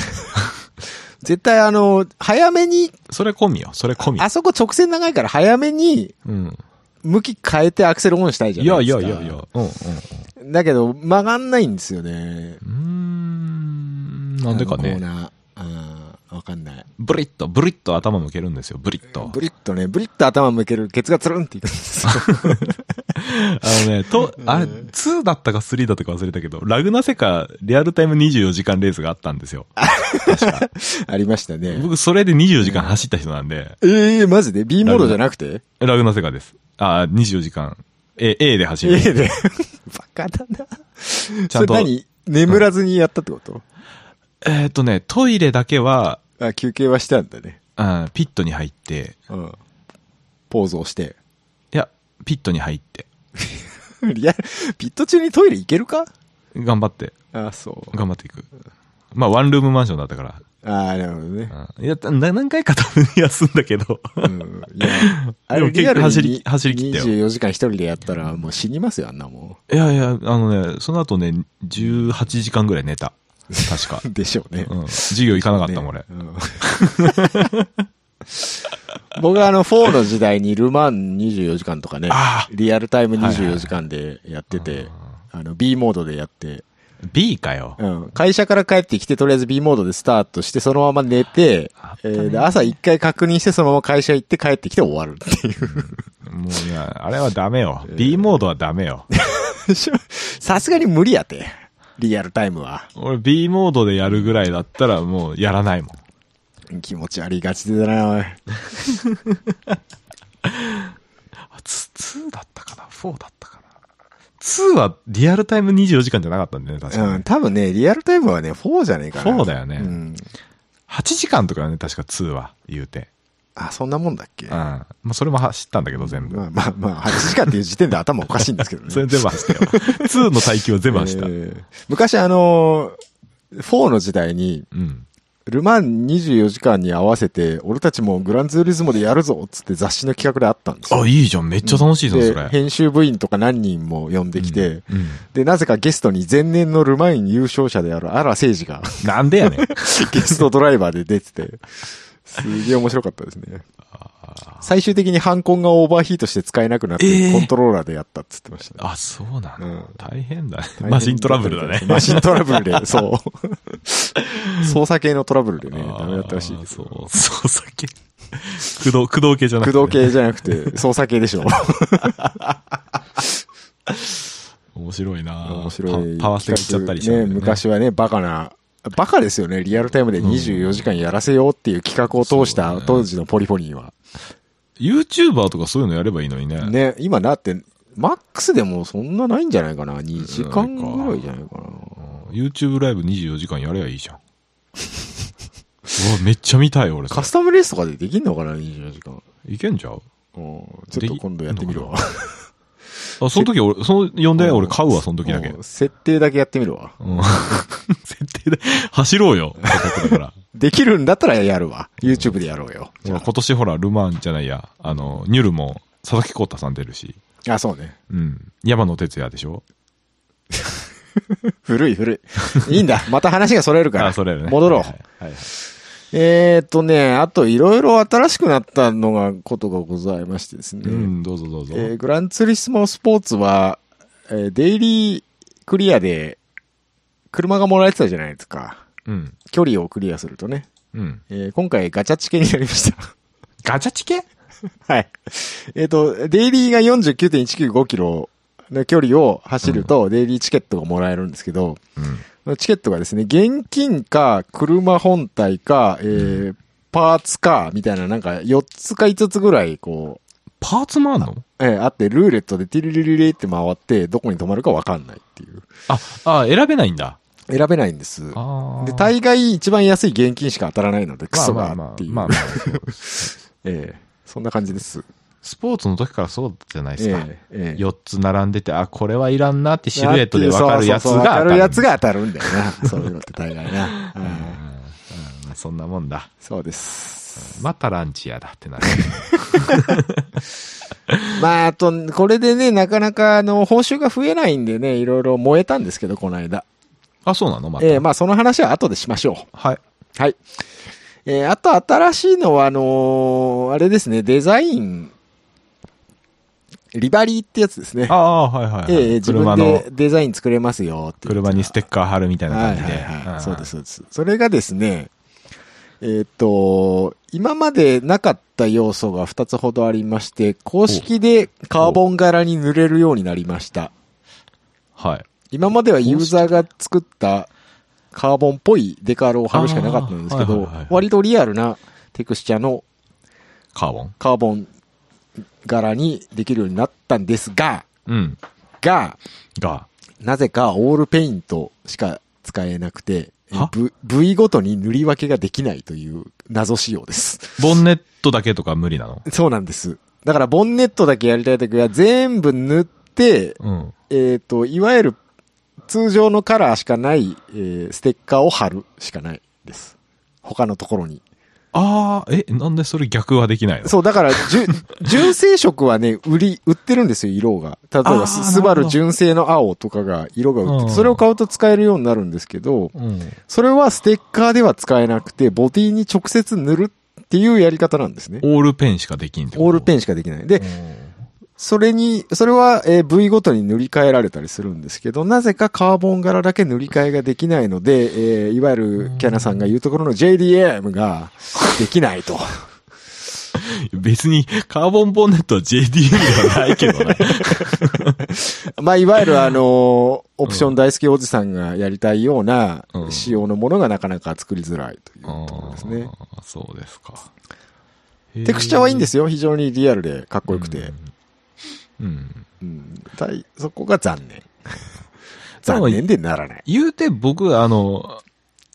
[SPEAKER 2] 絶対あの、早めに、
[SPEAKER 1] それ込みよ。それ込み。
[SPEAKER 2] あそこ直線長いから早めに
[SPEAKER 1] うん。
[SPEAKER 2] 向き変えてアクセルオンしたいじゃ
[SPEAKER 1] い
[SPEAKER 2] な
[SPEAKER 1] や
[SPEAKER 2] い
[SPEAKER 1] い
[SPEAKER 2] で
[SPEAKER 1] や
[SPEAKER 2] すか。
[SPEAKER 1] いやいや。。うんうん。
[SPEAKER 2] だけど曲がんないんですよね。
[SPEAKER 1] うーん。なんでか
[SPEAKER 2] あのコー
[SPEAKER 1] ね。
[SPEAKER 2] ナー。うん、わかんない。
[SPEAKER 1] ブリッと、ブリッと頭向けるんですよ。ブリッと
[SPEAKER 2] ブ。リッとね、ブリッと頭向ける、ケツがつるんっていくんで
[SPEAKER 1] [laughs]
[SPEAKER 2] すよ。
[SPEAKER 1] あのね、と、あれ、2だったか3だったか忘れたけど、ラグナセカ、リアルタイム24時間レースがあったんですよ。
[SPEAKER 2] ありましたね。
[SPEAKER 1] [laughs] 僕、それで24時間走った人なんで、
[SPEAKER 2] ええマジで ?B モードじゃなくて
[SPEAKER 1] ラグナセカです。あー、24時間。A、A で走る。
[SPEAKER 2] 家で。 [laughs] バカだな。
[SPEAKER 1] ちゃんと
[SPEAKER 2] それ何眠らずにやったってこと、
[SPEAKER 1] えーっとね、トイレだけは、
[SPEAKER 2] あ、休憩はしたんだね。
[SPEAKER 1] あーピットに入って、
[SPEAKER 2] うん。ポーズをして。 [laughs]
[SPEAKER 1] いや、ピットに入って、
[SPEAKER 2] リアル、ピット中にトイレ行けるか
[SPEAKER 1] 頑張って、
[SPEAKER 2] あ、そう。
[SPEAKER 1] 頑張っていく。まあ、ワンルームマンションだったから。
[SPEAKER 2] あなるほどね。
[SPEAKER 1] うんいや、な何回か多分休んだけど。
[SPEAKER 2] うん。いや、あ
[SPEAKER 1] でも
[SPEAKER 2] れ
[SPEAKER 1] 結局
[SPEAKER 2] リアルに
[SPEAKER 1] 走り走り切ったよ
[SPEAKER 2] 24時間一人でやったらもう死にますよ、あんなも
[SPEAKER 1] [laughs] いやいや、あのね、その後ね、18時間ぐらい寝た。確 [laughs] か。
[SPEAKER 2] ん。でしょうね。
[SPEAKER 1] うん。授業行かなかったもん、
[SPEAKER 2] ね
[SPEAKER 1] 俺。
[SPEAKER 2] うん僕はあの4の時代にルマン24時間とかね
[SPEAKER 1] あ、
[SPEAKER 2] リアルタイム24時間でやってて、あの B モードでやって、
[SPEAKER 1] B かよ。
[SPEAKER 2] うん、会社から帰ってきてとりあえず B モードでスタートしてそのまま寝て
[SPEAKER 1] あっ、た
[SPEAKER 2] え
[SPEAKER 1] ね
[SPEAKER 2] ーで朝一回確認してそのまま会社行って帰ってきて終わるっていう。 [laughs]
[SPEAKER 1] もういや、あれはダメよ。B モードはダメよ。
[SPEAKER 2] さすがに無理やて、リアルタイムは。
[SPEAKER 1] 俺 B モードでやるぐらいだったらもうやらないもん。
[SPEAKER 2] 気持ち悪いがちだな、おい
[SPEAKER 1] あ、ツ2だったかな ?4 だったかな ?2 はリアルタイム24時間じゃなかったんだよね、確か
[SPEAKER 2] う
[SPEAKER 1] に
[SPEAKER 2] ん、。多分ね、リアルタイムはね、4じゃねえかな。
[SPEAKER 1] 4だよね
[SPEAKER 2] うん。
[SPEAKER 1] 8時間とかだね、確か2は、言うて。
[SPEAKER 2] あ、そんなもんだっけ
[SPEAKER 1] うん。まあ、それも走ったんだけど、全部。
[SPEAKER 2] まあまあまあ、8時間っていう時点で頭おかしいんですけどね。
[SPEAKER 1] [laughs] それ全部走ったよ。2の耐久は全部走った。
[SPEAKER 2] えー昔あのー、4の時代に、
[SPEAKER 1] うん。
[SPEAKER 2] ルマン24時間に合わせて、俺たちもグランツーリズムでやるぞっつって雑誌の企画であったんですよ。
[SPEAKER 1] あ、いいじゃん。めっちゃ楽しいじゃん、そ
[SPEAKER 2] で、
[SPEAKER 1] れ。
[SPEAKER 2] 編集部員とか何人も呼んできて、
[SPEAKER 1] うん。
[SPEAKER 2] で、なぜかゲストに前年のルマン優勝者である荒誠治が
[SPEAKER 1] なんでやねん。
[SPEAKER 2] ゲストドライバーで出てて、すげえ面白かったですね。最終的にハンコンがオーバーヒートして使えなくなって、
[SPEAKER 1] えー
[SPEAKER 2] コントローラーでやったっつってましたね
[SPEAKER 1] あ、そうなんだ
[SPEAKER 2] うん。
[SPEAKER 1] 大変だね。マシントラブルだね。
[SPEAKER 2] マシントラブ
[SPEAKER 1] [laughs]
[SPEAKER 2] ルで、そう。操作系のトラブルでね、ダメだったらしい
[SPEAKER 1] あー
[SPEAKER 2] です
[SPEAKER 1] そ。う、そう、さっき。駆動、駆動系じゃなく
[SPEAKER 2] 駆
[SPEAKER 1] て。
[SPEAKER 2] 動。系じゃなくて、
[SPEAKER 1] [laughs]
[SPEAKER 2] 操作系でしょ。
[SPEAKER 1] 面白いな
[SPEAKER 2] 面白い。
[SPEAKER 1] パパワーステ切っちゃったりして、
[SPEAKER 2] ね。昔はね、バカな、バカですよね。リアルタイムで24時間やらせようっていう企画を通し
[SPEAKER 1] そ
[SPEAKER 2] た
[SPEAKER 1] うね
[SPEAKER 2] 当時のポリフォニーは。
[SPEAKER 1] YouTuber とかそういうのやればいいのにね。
[SPEAKER 2] ね、今だって、マックスでもそんなないんじゃないかな。2時間ぐらいじゃないかな。
[SPEAKER 1] うん。YouTube ライブ24時間やればいいじゃん。 [laughs] うわ、めっちゃ見たい、俺。
[SPEAKER 2] カスタムレースとかでできんのかな、24時間。
[SPEAKER 1] いけんちゃう
[SPEAKER 2] うんちょっと今度やってみるわ。
[SPEAKER 1] あ、その時俺、その呼んで俺買うわ、その時だけ。
[SPEAKER 2] うん設定だけやってみるわ。
[SPEAKER 1] うん [laughs] 設定で、走ろうよ。せっかくだか
[SPEAKER 2] [laughs]
[SPEAKER 1] ら。
[SPEAKER 2] できるんだったらやるわ。YouTube でやろうよ。
[SPEAKER 1] ほら今年ほら、ルマンじゃないや、あの、ニュルも、佐々木浩太さん出るし、
[SPEAKER 2] あ、そうね。
[SPEAKER 1] うん。山野哲也でしょ
[SPEAKER 2] 古い古い。いい
[SPEAKER 1] [laughs]
[SPEAKER 2] んだ。また話がそれるから。
[SPEAKER 1] あ、それやね。
[SPEAKER 2] 戻ろう
[SPEAKER 1] はい。はいはい
[SPEAKER 2] えーっとね、あといろいろ新しくなったのが、ことがございましてですね。
[SPEAKER 1] うん、どうぞどうぞ。
[SPEAKER 2] えーグランツーリスモスポーツは、えーデイリークリアで、車がもらえてたじゃないですか。
[SPEAKER 1] うん。
[SPEAKER 2] 距離をクリアするとね。
[SPEAKER 1] うん。
[SPEAKER 2] えー今回ガチャチケになりました。 [laughs]
[SPEAKER 1] ガチャチケ
[SPEAKER 2] はい。えっ、と、デイリーが49.195キロの距離を走ると、デイリーチケットがもらえるんですけど、
[SPEAKER 1] うん。
[SPEAKER 2] チケットがですね、現金か、車本体か、えーパーツか、みたいな、なんか、4つか5つぐらい、こう、
[SPEAKER 1] パーツもあんの
[SPEAKER 2] えーあって、ルーレットでティリリリリって回って、どこに止まるかわかんないっていう。
[SPEAKER 1] あ、あ、選べないんだ。
[SPEAKER 2] 選べないんです。
[SPEAKER 1] あー
[SPEAKER 2] で、大概一番安い現金しか当たらないので、クソ
[SPEAKER 1] ま
[SPEAKER 2] が
[SPEAKER 1] あまあまあ
[SPEAKER 2] っていう。
[SPEAKER 1] まあまあそう
[SPEAKER 2] えーそんな感じです。
[SPEAKER 1] スポーツの時からそうじゃないですか。
[SPEAKER 2] えーえー
[SPEAKER 1] 4つ並んでて、あ、これはいらんなってシルエットで分かるやつ
[SPEAKER 2] そうそうそう
[SPEAKER 1] が。
[SPEAKER 2] 分かるやつが当たるんだよ
[SPEAKER 1] [laughs]
[SPEAKER 2] な。そういうのって大概な。う
[SPEAKER 1] うん。うん
[SPEAKER 2] ん
[SPEAKER 1] うんそんなもんだ。
[SPEAKER 2] そうです。
[SPEAKER 1] またランチやだってなる。
[SPEAKER 2] まあ、あと、これでね、なかなか、あの、報酬が増えないんでね、いろいろ燃えたんですけど、この間。
[SPEAKER 1] あ、そうなのまた。
[SPEAKER 2] ええまあ、その話は後でしましょう。
[SPEAKER 1] はい。
[SPEAKER 2] はい。えーあと、新しいのは、あのーあれですね、デザイン、リバリーってやつですね。
[SPEAKER 1] ああ、はいはいはい。
[SPEAKER 2] ええ自
[SPEAKER 1] 車
[SPEAKER 2] 分
[SPEAKER 1] の
[SPEAKER 2] で、デザイン作れますよっていうやつが
[SPEAKER 1] 車にステッカー貼るみたいな
[SPEAKER 2] は
[SPEAKER 1] 感
[SPEAKER 2] い
[SPEAKER 1] じ
[SPEAKER 2] は
[SPEAKER 1] で。
[SPEAKER 2] いはい。
[SPEAKER 1] ん
[SPEAKER 2] そうです、。そうです。それがですね、えーっ、と、今までなかった要素が2つほどありまして、公式でカーボン柄に塗れるようになりました。
[SPEAKER 1] はい。
[SPEAKER 2] 今まではユーザーが作ったカーボンっぽいデカールを貼るしかなかったんですけ
[SPEAKER 1] あーはい
[SPEAKER 2] ど
[SPEAKER 1] はいはいはい、
[SPEAKER 2] 割とリアルなテクスチャの
[SPEAKER 1] カーボン。
[SPEAKER 2] カーボン柄にできるようになったんですが、
[SPEAKER 1] うん。
[SPEAKER 2] が、
[SPEAKER 1] が、
[SPEAKER 2] なぜかオールペイントしか使えなくて
[SPEAKER 1] は、
[SPEAKER 2] 部部位ごとに塗り分けができないという謎仕様です。
[SPEAKER 1] ボンネットだけとか無理なの
[SPEAKER 2] そうなんです。だからボンネットだけやりたいときは全部塗って、
[SPEAKER 1] うん。
[SPEAKER 2] えっ、と、いわゆる通常のカラーしかない、えーステッカーを貼るしかないです。他のところに。
[SPEAKER 1] ああ、え、なんでそれ逆はできないの
[SPEAKER 2] そう、だから、じゅ [laughs] 純正色はね、売り、売ってるんですよ、色が。
[SPEAKER 1] あ
[SPEAKER 2] 例え
[SPEAKER 1] ー
[SPEAKER 2] ばス、スバ
[SPEAKER 1] なる
[SPEAKER 2] ル
[SPEAKER 1] ほど
[SPEAKER 2] 純正の青とかが、色が売って
[SPEAKER 1] うん
[SPEAKER 2] て、それを買うと使えるようになるんですけど、
[SPEAKER 1] うん。
[SPEAKER 2] それはステッカーでは使えなくて、ボディに直接塗るっていうやり方なんですね。
[SPEAKER 1] オールペンしかできんって
[SPEAKER 2] オールペ
[SPEAKER 1] ン。
[SPEAKER 2] ンしかできない。で
[SPEAKER 1] うん、
[SPEAKER 2] それに、それは、えー部位ごとに塗り替えられたりするんですけど、なぜかカーボン柄だけ塗り替えができないので、えーいわゆるキャナさんが言うところの JDM ができないと。 [laughs]
[SPEAKER 1] [laughs] 別に、カーボンボンネットは JDM ではないけどね。 [laughs]
[SPEAKER 2] まあ、いわゆるあのーオプション大好きおじさんがやりたいような
[SPEAKER 1] うん
[SPEAKER 2] 仕様のものがなかなか作りづらいという
[SPEAKER 1] あ
[SPEAKER 2] ところですね。
[SPEAKER 1] あ、そうですか。
[SPEAKER 2] テクスチャーはいいんですすよ。非常にリアルでかっこよくて。。
[SPEAKER 1] うんうん。
[SPEAKER 2] うん、だいそこが残
[SPEAKER 1] [laughs]
[SPEAKER 2] 念。残念でならない。
[SPEAKER 1] 言うて僕、あの、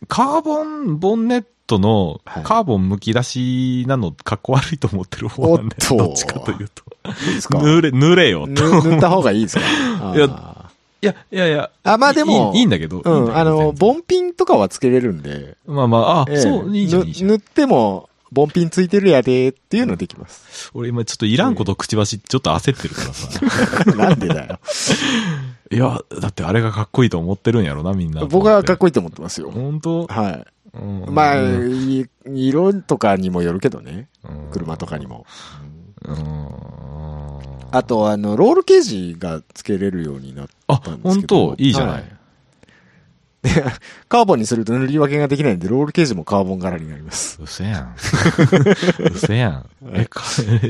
[SPEAKER 1] カーボンボンネットの
[SPEAKER 2] はい
[SPEAKER 1] カーボン剥き出しなのかっこ悪いと思ってる方なんで、
[SPEAKER 2] おっと
[SPEAKER 1] どっちかというと。
[SPEAKER 2] いいですか
[SPEAKER 1] 濡れ、濡れよ
[SPEAKER 2] ぬ
[SPEAKER 1] と。
[SPEAKER 2] 塗った方がいいですかあ
[SPEAKER 1] いや
[SPEAKER 2] ー
[SPEAKER 1] いや、いやいや。
[SPEAKER 2] あまあでも
[SPEAKER 1] いいいいんだけど。
[SPEAKER 2] う
[SPEAKER 1] いいんだ
[SPEAKER 2] ん、
[SPEAKER 1] けど
[SPEAKER 2] あの、
[SPEAKER 1] 全然
[SPEAKER 2] ボンピンとかはつけれるんで。
[SPEAKER 1] まあまあ、あ、
[SPEAKER 2] ええ
[SPEAKER 1] そう、いいじゃん、いいじゃん。
[SPEAKER 2] ぬ塗っても、ボンピンついてるやでっていうので
[SPEAKER 1] [laughs]
[SPEAKER 2] きます。
[SPEAKER 1] 俺今ちょっといらんこと口走ってちょっと焦ってるからさ。
[SPEAKER 2] なんでだよ。
[SPEAKER 1] いや、だってあれがかっこいいと思ってるんやろな、みんな。
[SPEAKER 2] [laughs] 僕はかっこいいと思ってます
[SPEAKER 1] い
[SPEAKER 2] よ。
[SPEAKER 1] 本当
[SPEAKER 2] はい。
[SPEAKER 1] うん
[SPEAKER 2] まあ、
[SPEAKER 1] うん
[SPEAKER 2] い色とかにもよるけどね。車とかにも。
[SPEAKER 1] うん
[SPEAKER 2] あと、あの、ロールケージがつけれるようになっ
[SPEAKER 1] あ
[SPEAKER 2] たん、です
[SPEAKER 1] 本
[SPEAKER 2] けど。
[SPEAKER 1] 当いいじゃな。
[SPEAKER 2] はいでカーボンにすると塗り分けができないんで、ロールケージもカーボン柄になります。
[SPEAKER 1] うせやん。 [laughs] うせやん。え、か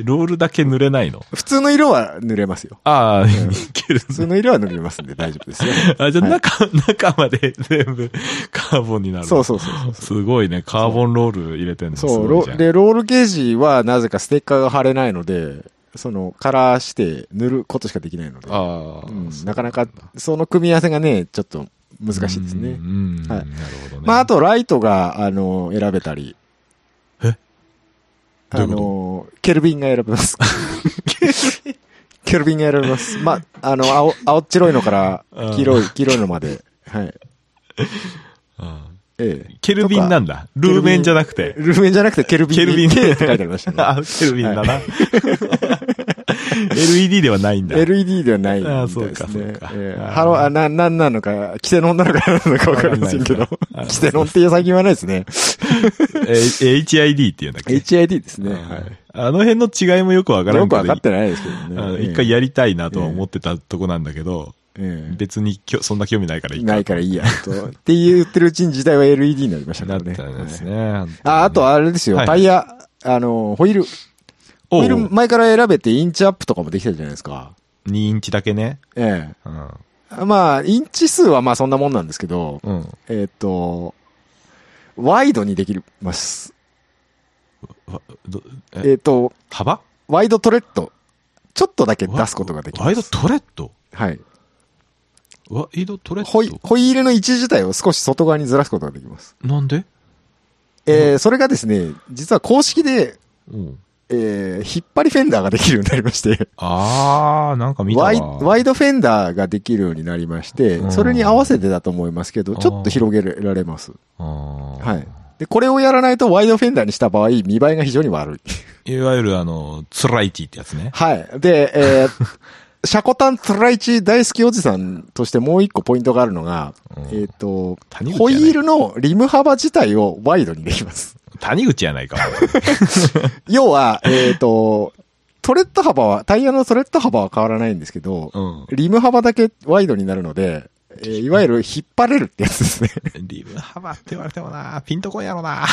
[SPEAKER 1] ロールだけ塗れないの
[SPEAKER 2] 普通の色は塗れますよ。
[SPEAKER 1] ああ、いける
[SPEAKER 2] 普通の色は塗れますんで大丈
[SPEAKER 1] [laughs]
[SPEAKER 2] 夫ですよ。
[SPEAKER 1] あ、じゃあ
[SPEAKER 2] はい
[SPEAKER 1] 中、中まで全部 [laughs] カーボンになる。
[SPEAKER 2] そうそうそうそう。
[SPEAKER 1] すごいね。カーボンロール入れてんの。
[SPEAKER 2] そう、
[SPEAKER 1] すごい
[SPEAKER 2] ロ
[SPEAKER 1] じゃん
[SPEAKER 2] で、ロールケージはなぜかステッカーが貼れないので、その、カラーして塗ることしかできないので、
[SPEAKER 1] ああ、
[SPEAKER 2] うん
[SPEAKER 1] そう
[SPEAKER 2] なかなか、その組み合わせがね、ちょっと難しいです
[SPEAKER 1] う
[SPEAKER 2] ね
[SPEAKER 1] ん。うんうんな
[SPEAKER 2] は
[SPEAKER 1] る
[SPEAKER 2] い
[SPEAKER 1] ほどね。
[SPEAKER 2] まあ、あ、と、ライトが、あの、選べたり。
[SPEAKER 1] えどうい
[SPEAKER 2] あ
[SPEAKER 1] う [laughs]
[SPEAKER 2] の、ケルビンが選べます。ケケルビンが選びます。ま、あの、青、青っ白いのから、黄色い、黄色いのまで。
[SPEAKER 1] う
[SPEAKER 2] はい。
[SPEAKER 1] ん
[SPEAKER 2] ええ。
[SPEAKER 1] ケルビンなんだ。ルーメンじゃなくて。
[SPEAKER 2] ルーメンじゃなくてケルビン。
[SPEAKER 1] ケルビン
[SPEAKER 2] K [laughs] って書いてありました
[SPEAKER 1] [laughs]
[SPEAKER 2] ね。
[SPEAKER 1] あ、ケルビンだ [laughs] な。LED ではないんだ。
[SPEAKER 2] LED ではないみたいですね。
[SPEAKER 1] あそうかそうか
[SPEAKER 2] ええ
[SPEAKER 1] あー
[SPEAKER 2] ハロー、あ、な、なんなのか、規制の女なのかなんなのかわかりませんけど
[SPEAKER 1] わかんない。です
[SPEAKER 2] 規制のって最近言わないで
[SPEAKER 1] [laughs]
[SPEAKER 2] すね。
[SPEAKER 1] えー HID っていうんだっけ
[SPEAKER 2] HID ですね。
[SPEAKER 1] うん
[SPEAKER 2] はい。
[SPEAKER 1] あの辺の違いもよくわから
[SPEAKER 2] よ
[SPEAKER 1] ん
[SPEAKER 2] く
[SPEAKER 1] けど
[SPEAKER 2] わかってないですけ
[SPEAKER 1] あ
[SPEAKER 2] ど
[SPEAKER 1] の
[SPEAKER 2] ね。
[SPEAKER 1] 一回やりたいなとは思ってたとこなんだけど、
[SPEAKER 2] ええ
[SPEAKER 1] 別にきょそんな興味ないからいいか
[SPEAKER 2] ないからいいや、と。って言ってるうちに時代は LED になりました
[SPEAKER 1] な
[SPEAKER 2] から
[SPEAKER 1] っ
[SPEAKER 2] ね。
[SPEAKER 1] たんです
[SPEAKER 2] はい
[SPEAKER 1] ね。あ
[SPEAKER 2] あ、あとあれですよ、
[SPEAKER 1] はい
[SPEAKER 2] タイヤ、あの、ホイール。
[SPEAKER 1] お
[SPEAKER 2] ホイール
[SPEAKER 1] 2
[SPEAKER 2] 前から選べてインチアップとかもできたじゃないですか。
[SPEAKER 1] インチだけね。
[SPEAKER 2] え
[SPEAKER 1] うん。
[SPEAKER 2] え。まあ、インチ数はまあそんなもんなんですけど、
[SPEAKER 1] うん。
[SPEAKER 2] えっと、ワイドにできます。
[SPEAKER 1] わどえ
[SPEAKER 2] えっと、
[SPEAKER 1] 幅
[SPEAKER 2] ワイドトレッド。ちょっとだけ出すことができます。
[SPEAKER 1] ワイドトレッド
[SPEAKER 2] はい。
[SPEAKER 1] ワイドトレ
[SPEAKER 2] ホイ
[SPEAKER 1] ッド、
[SPEAKER 2] ホイールの位置自体を少し外側にずらすことができます。
[SPEAKER 1] なんで
[SPEAKER 2] えー、それがですね、実は公式で、
[SPEAKER 1] うん。
[SPEAKER 2] えー、引っ張りフェンダーができるようになりまして、
[SPEAKER 1] あー、なんか見たわ。
[SPEAKER 2] ワイワイドフェンダーができるようになりまして
[SPEAKER 1] う、ん
[SPEAKER 2] それに合わせてだと思いますけど、ちょっと広げられます。は。
[SPEAKER 1] はい
[SPEAKER 2] で、これをやらないとワイドフェンダーにした場合、見栄えが非常に悪い。
[SPEAKER 1] い。いわゆるあの、ツライティってやつね。
[SPEAKER 2] はい。で、
[SPEAKER 1] [laughs]
[SPEAKER 2] えー、シャコタントライチ大好きおじさんとしてもう一個ポイントがあるのが、
[SPEAKER 1] うん
[SPEAKER 2] えっ、と、
[SPEAKER 1] 谷口
[SPEAKER 2] ホイ
[SPEAKER 1] やない
[SPEAKER 2] ールのリム幅自体をワイドにできます。 [laughs]
[SPEAKER 1] 谷口やないか。
[SPEAKER 2] 要は、えっ、と、トレッド幅は、タイヤのトレッド幅は変わらないんですけど、
[SPEAKER 1] うん。
[SPEAKER 2] リム幅だけワイドになるので、えーいわゆる引っ張れるってやつですね。
[SPEAKER 1] [laughs] リム幅って言われてもな、ピンとこんやろな。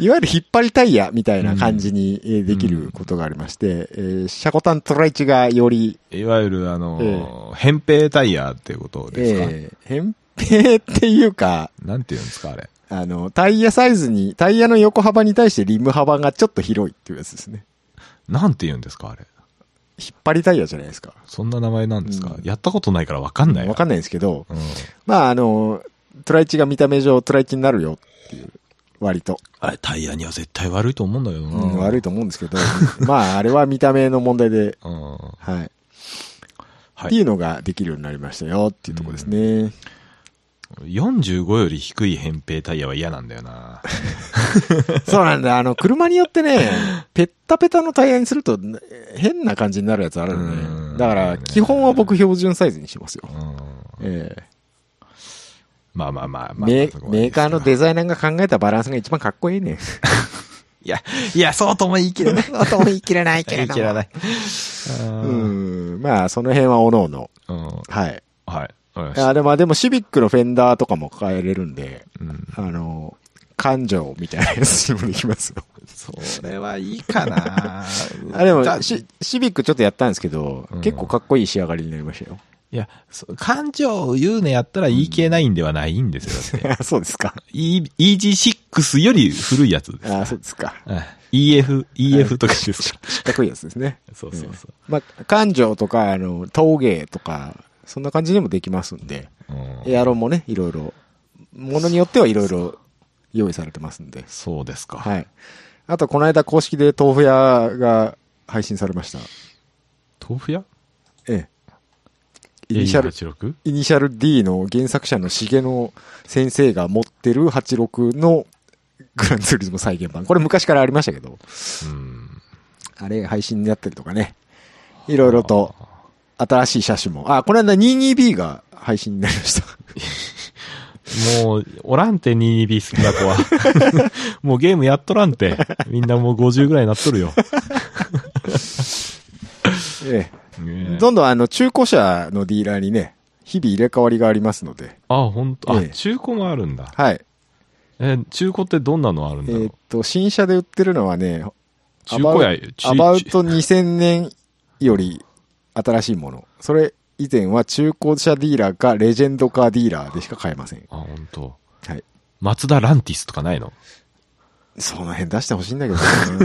[SPEAKER 2] いわゆる引っ張りタイヤみたいな感じにえーできることがありまして、えーシャコタントライチがより
[SPEAKER 1] いわゆるあの、扁平タイヤっていうことですか
[SPEAKER 2] ええ扁平っていうか、
[SPEAKER 1] なんて言うんですか、あれ。
[SPEAKER 2] あの、タイヤサイズに、タイヤの横幅に対してリム幅がちょっと広いっていうやつですね。
[SPEAKER 1] なんて言うんですか、あれ。
[SPEAKER 2] 引っ張りタイヤじゃないですか。
[SPEAKER 1] そんな名前なんですか
[SPEAKER 2] うん
[SPEAKER 1] やったことないからわかんない
[SPEAKER 2] わか
[SPEAKER 1] ん
[SPEAKER 2] んないんですけど、
[SPEAKER 1] うん。
[SPEAKER 2] まあ、あの、トライチが見た目上トライチになるよっていう、割と、
[SPEAKER 1] あれ、タイヤには絶対悪いと思うんだけど
[SPEAKER 2] う
[SPEAKER 1] な。
[SPEAKER 2] ん、悪いと思うんですけど、 [laughs] まあ、あれは見た目の問題で、
[SPEAKER 1] うん。
[SPEAKER 2] はい。
[SPEAKER 1] はい
[SPEAKER 2] っていうのができるようになりましたよっていうところですね。
[SPEAKER 1] 45より低い扁平タイヤは嫌なんだよな。
[SPEAKER 2] そうなんだ。あの、車によってね、ペッタペタのタイヤにすると、変な感じになるやつある
[SPEAKER 1] う
[SPEAKER 2] よ
[SPEAKER 1] ん
[SPEAKER 2] ね。だから、基本は僕標準サイズにしますよ
[SPEAKER 1] う。ん。
[SPEAKER 2] ええ
[SPEAKER 1] まあまあまあまあ。
[SPEAKER 2] メ
[SPEAKER 1] そこ
[SPEAKER 2] ー
[SPEAKER 1] まで
[SPEAKER 2] メ
[SPEAKER 1] で
[SPEAKER 2] ー
[SPEAKER 1] すけ
[SPEAKER 2] カー
[SPEAKER 1] ど
[SPEAKER 2] のデザイナーが考えたバランスが一番かっこいい [laughs] ね。
[SPEAKER 1] いや、いや、そうとも言い切れない。
[SPEAKER 2] とも言い切れない
[SPEAKER 1] 言い切れない。
[SPEAKER 2] う
[SPEAKER 1] うん。
[SPEAKER 2] ん。まあ、その辺はおのおの。はい。
[SPEAKER 1] はい。わかりました
[SPEAKER 2] あでも、でも、シビックのフェンダーとかも変えれるんで、
[SPEAKER 1] うん。
[SPEAKER 2] あの、感情みたいなやつにもできますよ。
[SPEAKER 1] それはいいか [laughs] な
[SPEAKER 2] あ、でも
[SPEAKER 1] だ、
[SPEAKER 2] シシビックちょっとやったんですけど、
[SPEAKER 1] うん
[SPEAKER 2] 結構かっこいい仕上がりになりまし
[SPEAKER 1] [laughs]
[SPEAKER 2] たよ。
[SPEAKER 1] いや、そ感情を言うのやったら EK9 ではないんですよ。だって
[SPEAKER 2] そうですか。
[SPEAKER 1] E- EG6 より古いやつです。
[SPEAKER 2] [laughs] あそうですか。
[SPEAKER 1] あ EF、EF とかですか。
[SPEAKER 2] かっこいいやつですね。
[SPEAKER 1] そうそうそう。
[SPEAKER 2] まあ、感情とか、あの、陶芸とか、そんな感じでもできますんで。
[SPEAKER 1] うん
[SPEAKER 2] エアロンもね、いろいろ、ものによってはいろいろ用意されてますんで。
[SPEAKER 1] そうですか。
[SPEAKER 2] はい。あと、この間公式で豆腐屋が配信されました。
[SPEAKER 1] 豆腐屋
[SPEAKER 2] ええ。イニシャル、
[SPEAKER 1] 86?
[SPEAKER 2] イニシャル D の原作者の重野先生が持ってる86のグランツーリズム再現版。これ昔からありましたけど、
[SPEAKER 1] うん。
[SPEAKER 2] あれ配信になったりとかね。いろいろと新しい車種も。あ、この間 22B が配信になりました。
[SPEAKER 1] もう、おらんて 22B 好きな子
[SPEAKER 2] [laughs]
[SPEAKER 1] は。もうゲームやっとらんて。みんなもう50ぐらいになっと
[SPEAKER 2] [laughs]
[SPEAKER 1] るよ。
[SPEAKER 2] ええ。
[SPEAKER 1] ねえ
[SPEAKER 2] どんどんあの中古車のディーラーにね、日々入れ替わりがありますので、
[SPEAKER 1] あ、本当。あ、
[SPEAKER 2] ええ
[SPEAKER 1] 中古もあるんだ。
[SPEAKER 2] はい。
[SPEAKER 1] え、中古ってどんなのあるんだ
[SPEAKER 2] え
[SPEAKER 1] ろう
[SPEAKER 2] ーっと、新車で売ってるのはね、
[SPEAKER 1] 中古や、
[SPEAKER 2] アバウ
[SPEAKER 1] 中
[SPEAKER 2] ト2000年より新しいもの。それ以前は中古車ディーラーかレジェンドカーディーラーでしか買えません。
[SPEAKER 1] あ、本当。
[SPEAKER 2] はい。
[SPEAKER 1] マツダランティスとかないの
[SPEAKER 2] その辺出してほしいんだけ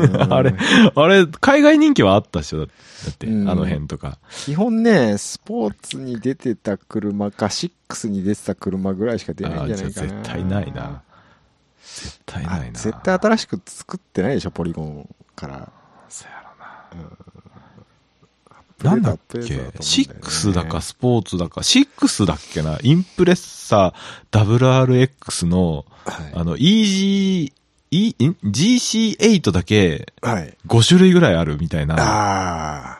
[SPEAKER 2] どな
[SPEAKER 1] [laughs] あれ、あれ、海外人気はあったっしょだだって、あ
[SPEAKER 2] うん
[SPEAKER 1] の辺とか。
[SPEAKER 2] 基本ね、スポーツに出てた車か、6に出てた車ぐらいしか出ない
[SPEAKER 1] あ
[SPEAKER 2] ん
[SPEAKER 1] じ
[SPEAKER 2] じ
[SPEAKER 1] ゃあ
[SPEAKER 2] ゃないかな。
[SPEAKER 1] 絶対ないな。絶対
[SPEAKER 2] あ。
[SPEAKER 1] ないな。
[SPEAKER 2] 絶対新しく作ってないでしょ、ポリゴンから。
[SPEAKER 1] そうやろな。
[SPEAKER 2] プレ
[SPEAKER 1] な
[SPEAKER 2] ー
[SPEAKER 1] んだ
[SPEAKER 2] だ
[SPEAKER 1] っ
[SPEAKER 2] プレ
[SPEAKER 1] け
[SPEAKER 2] ーだと
[SPEAKER 1] シッ
[SPEAKER 2] 思うんよね
[SPEAKER 1] クスだかスポーツだか、シックスだっけなインプレッサー WRX の、
[SPEAKER 2] は
[SPEAKER 1] あの、EG、E、ん ?GC8 だけ
[SPEAKER 2] い。はい。
[SPEAKER 1] 5種類ぐらいあるみたいな。
[SPEAKER 2] ああ。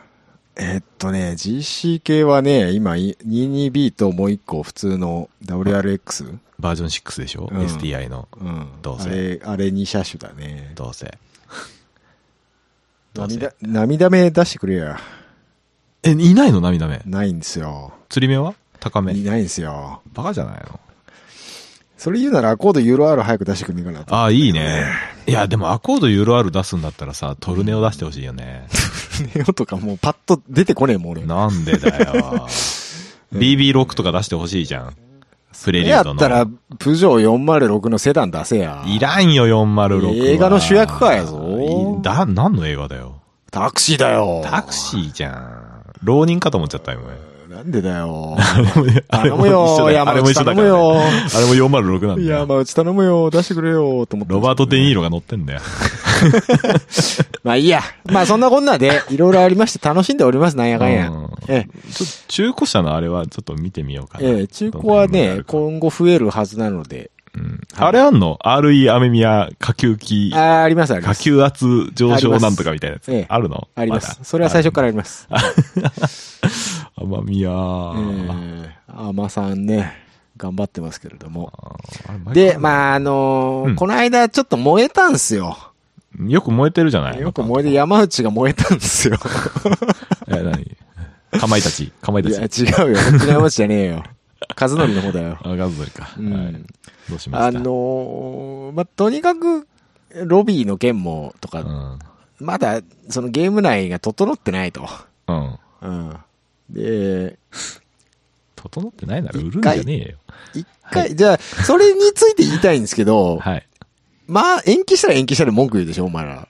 [SPEAKER 2] えっとね、GC 系はね、今、い 22B ともう一個普通の WRX?
[SPEAKER 1] バージョン6でしょ、
[SPEAKER 2] うん
[SPEAKER 1] ?STI の。
[SPEAKER 2] うん。
[SPEAKER 1] どうせ
[SPEAKER 2] あれ、あれ2車種だね。
[SPEAKER 1] どうせ。どうせ
[SPEAKER 2] 涙、涙目出してくれや。
[SPEAKER 1] え、いないの涙目。
[SPEAKER 2] ないんですよ。
[SPEAKER 1] 釣り目は高め
[SPEAKER 2] い。ないんですよ。
[SPEAKER 1] バカじゃないの
[SPEAKER 2] それ言うならアコードユーロ R 早く出してくんねえかなと。
[SPEAKER 1] ああ、いいね。いや、でもアコードユーロ R 出すんだったらさ、トルネオ出してほしいよ
[SPEAKER 2] [laughs]
[SPEAKER 1] ね。
[SPEAKER 2] ネオとかもうパッと出てこねえもん俺。
[SPEAKER 1] なんでだよ。BB6 とか出してほしいじゃん。プレリュ
[SPEAKER 2] や
[SPEAKER 1] ー
[SPEAKER 2] っ
[SPEAKER 1] ドの。
[SPEAKER 2] たら、プジョー406のセダン出せや。
[SPEAKER 1] いらんよ、406は。
[SPEAKER 2] 映画の主役かやぞ
[SPEAKER 1] いだ、何の映画だよ。
[SPEAKER 2] タクシーだよ。
[SPEAKER 1] タクシーじゃん。浪人かと思っちゃったよ、俺
[SPEAKER 2] ー。なんでだよ。 [laughs]
[SPEAKER 1] あれ
[SPEAKER 2] 頼
[SPEAKER 1] も
[SPEAKER 2] むよ。
[SPEAKER 1] 一緒だあ
[SPEAKER 2] 山
[SPEAKER 1] れも
[SPEAKER 2] 内
[SPEAKER 1] 一緒だ
[SPEAKER 2] 頼
[SPEAKER 1] から
[SPEAKER 2] む
[SPEAKER 1] ね。
[SPEAKER 2] よ。
[SPEAKER 1] あれも406なんだよ。
[SPEAKER 2] 山内頼むよ。出してくれよ。と思って。
[SPEAKER 1] ロバート・デ・ニーロが乗ってんだよ。
[SPEAKER 2] まあいいや。まあそんなこん
[SPEAKER 1] [laughs]
[SPEAKER 2] なで、いろいろありまして楽しんでおります、なんやかんや。
[SPEAKER 1] うん
[SPEAKER 2] え
[SPEAKER 1] ちょ中古車のあれはちょっと見てみようか
[SPEAKER 2] え、
[SPEAKER 1] な。
[SPEAKER 2] ええ、中古は
[SPEAKER 1] どんなのがあ
[SPEAKER 2] ね
[SPEAKER 1] る、か
[SPEAKER 2] 今後増えるはずなので。
[SPEAKER 1] うんあれあんの ?RE アメミヤ下級機
[SPEAKER 2] あ、あ、あります、あり
[SPEAKER 1] 下
[SPEAKER 2] ます。
[SPEAKER 1] 級圧上昇なんとかみたいなや
[SPEAKER 2] ありま
[SPEAKER 1] つ
[SPEAKER 2] す。
[SPEAKER 1] あるの
[SPEAKER 2] ありま
[SPEAKER 1] だ
[SPEAKER 2] す。それは最初からあります。
[SPEAKER 1] アマミヤ
[SPEAKER 2] え
[SPEAKER 1] ー。
[SPEAKER 2] え、あまさんね、頑張ってますけれども。で、
[SPEAKER 1] で、
[SPEAKER 2] まあ、あのー
[SPEAKER 1] うん
[SPEAKER 2] この間ちょっと燃えたんすよ。
[SPEAKER 1] よく燃えてるじゃない
[SPEAKER 2] よく燃えて、山内が燃えたんですよ。
[SPEAKER 1] え、何かまいたち。かまい
[SPEAKER 2] い
[SPEAKER 1] た
[SPEAKER 2] や、
[SPEAKER 1] ち。
[SPEAKER 2] 違うよ。本当に山内じゃねえ
[SPEAKER 1] [laughs]
[SPEAKER 2] よ。和則の方だよ。
[SPEAKER 1] あ、ガズドリか。は
[SPEAKER 2] う
[SPEAKER 1] い
[SPEAKER 2] ん。
[SPEAKER 1] どうしました
[SPEAKER 2] あのーまあ、とにかく、ロビーの件も、とか、まだ、そのゲーム内が整ってないと。
[SPEAKER 1] うん。うん。
[SPEAKER 2] うん。で、
[SPEAKER 1] 整ってないなら売るんじゃねえよ。
[SPEAKER 2] 一回、じゃあ、それについて言いたいんですけど、
[SPEAKER 1] はい。
[SPEAKER 2] まあ、延期したら延期したら文句言うでしょ、お前
[SPEAKER 1] [laughs]
[SPEAKER 2] ら。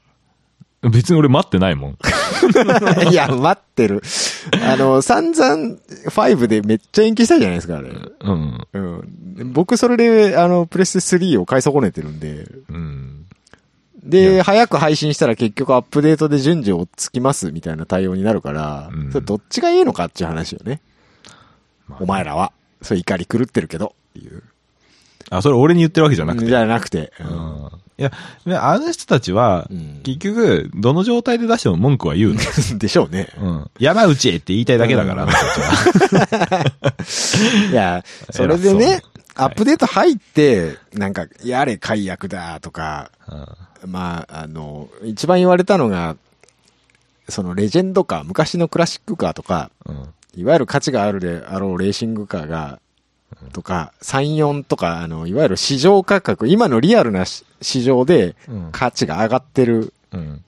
[SPEAKER 1] 別に俺待ってないもん。
[SPEAKER 2] いや、待ってる。あの、散々、5でめっちゃ延期したじゃないですか、あれ。
[SPEAKER 1] [laughs] うん。
[SPEAKER 2] うん。僕、それで、あの、プレステ3を買い損ねてるんで。
[SPEAKER 1] うん。い
[SPEAKER 2] で、早く配信したら結局アップデートで順序をつきますみたいな対応になるから、
[SPEAKER 1] うん
[SPEAKER 2] それどっちがいいのかっていう話よね。
[SPEAKER 1] まあ
[SPEAKER 2] お前らは。それ怒り狂ってるけど、っていう。
[SPEAKER 1] あ、それ俺に言ってるわけじゃなくて。
[SPEAKER 2] じゃなくて。
[SPEAKER 1] う
[SPEAKER 2] うん
[SPEAKER 1] ん。いや、であの人たちは
[SPEAKER 2] うん、
[SPEAKER 1] 結局、どの状態で出しても文句は言うの。
[SPEAKER 2] [laughs] でしょうね。
[SPEAKER 1] うん。山内へって言いたいだけだから、
[SPEAKER 2] うん
[SPEAKER 1] あの人たちはい [laughs]
[SPEAKER 2] や、それで
[SPEAKER 1] 偉
[SPEAKER 2] ね
[SPEAKER 1] そ、
[SPEAKER 2] アップデート入って、なんか、やれ解約だとか、
[SPEAKER 1] うん
[SPEAKER 2] まあ、あの、一番言われたのが、そのレジェンドカー、昔のクラシックカーとか、
[SPEAKER 1] うん。
[SPEAKER 2] いわゆる価値があるであろうレーシングカーが、とか、34とか、あの、いわゆる市場価格、今のリアルなし市場で
[SPEAKER 1] うん
[SPEAKER 2] 価値が上がってる
[SPEAKER 1] うん。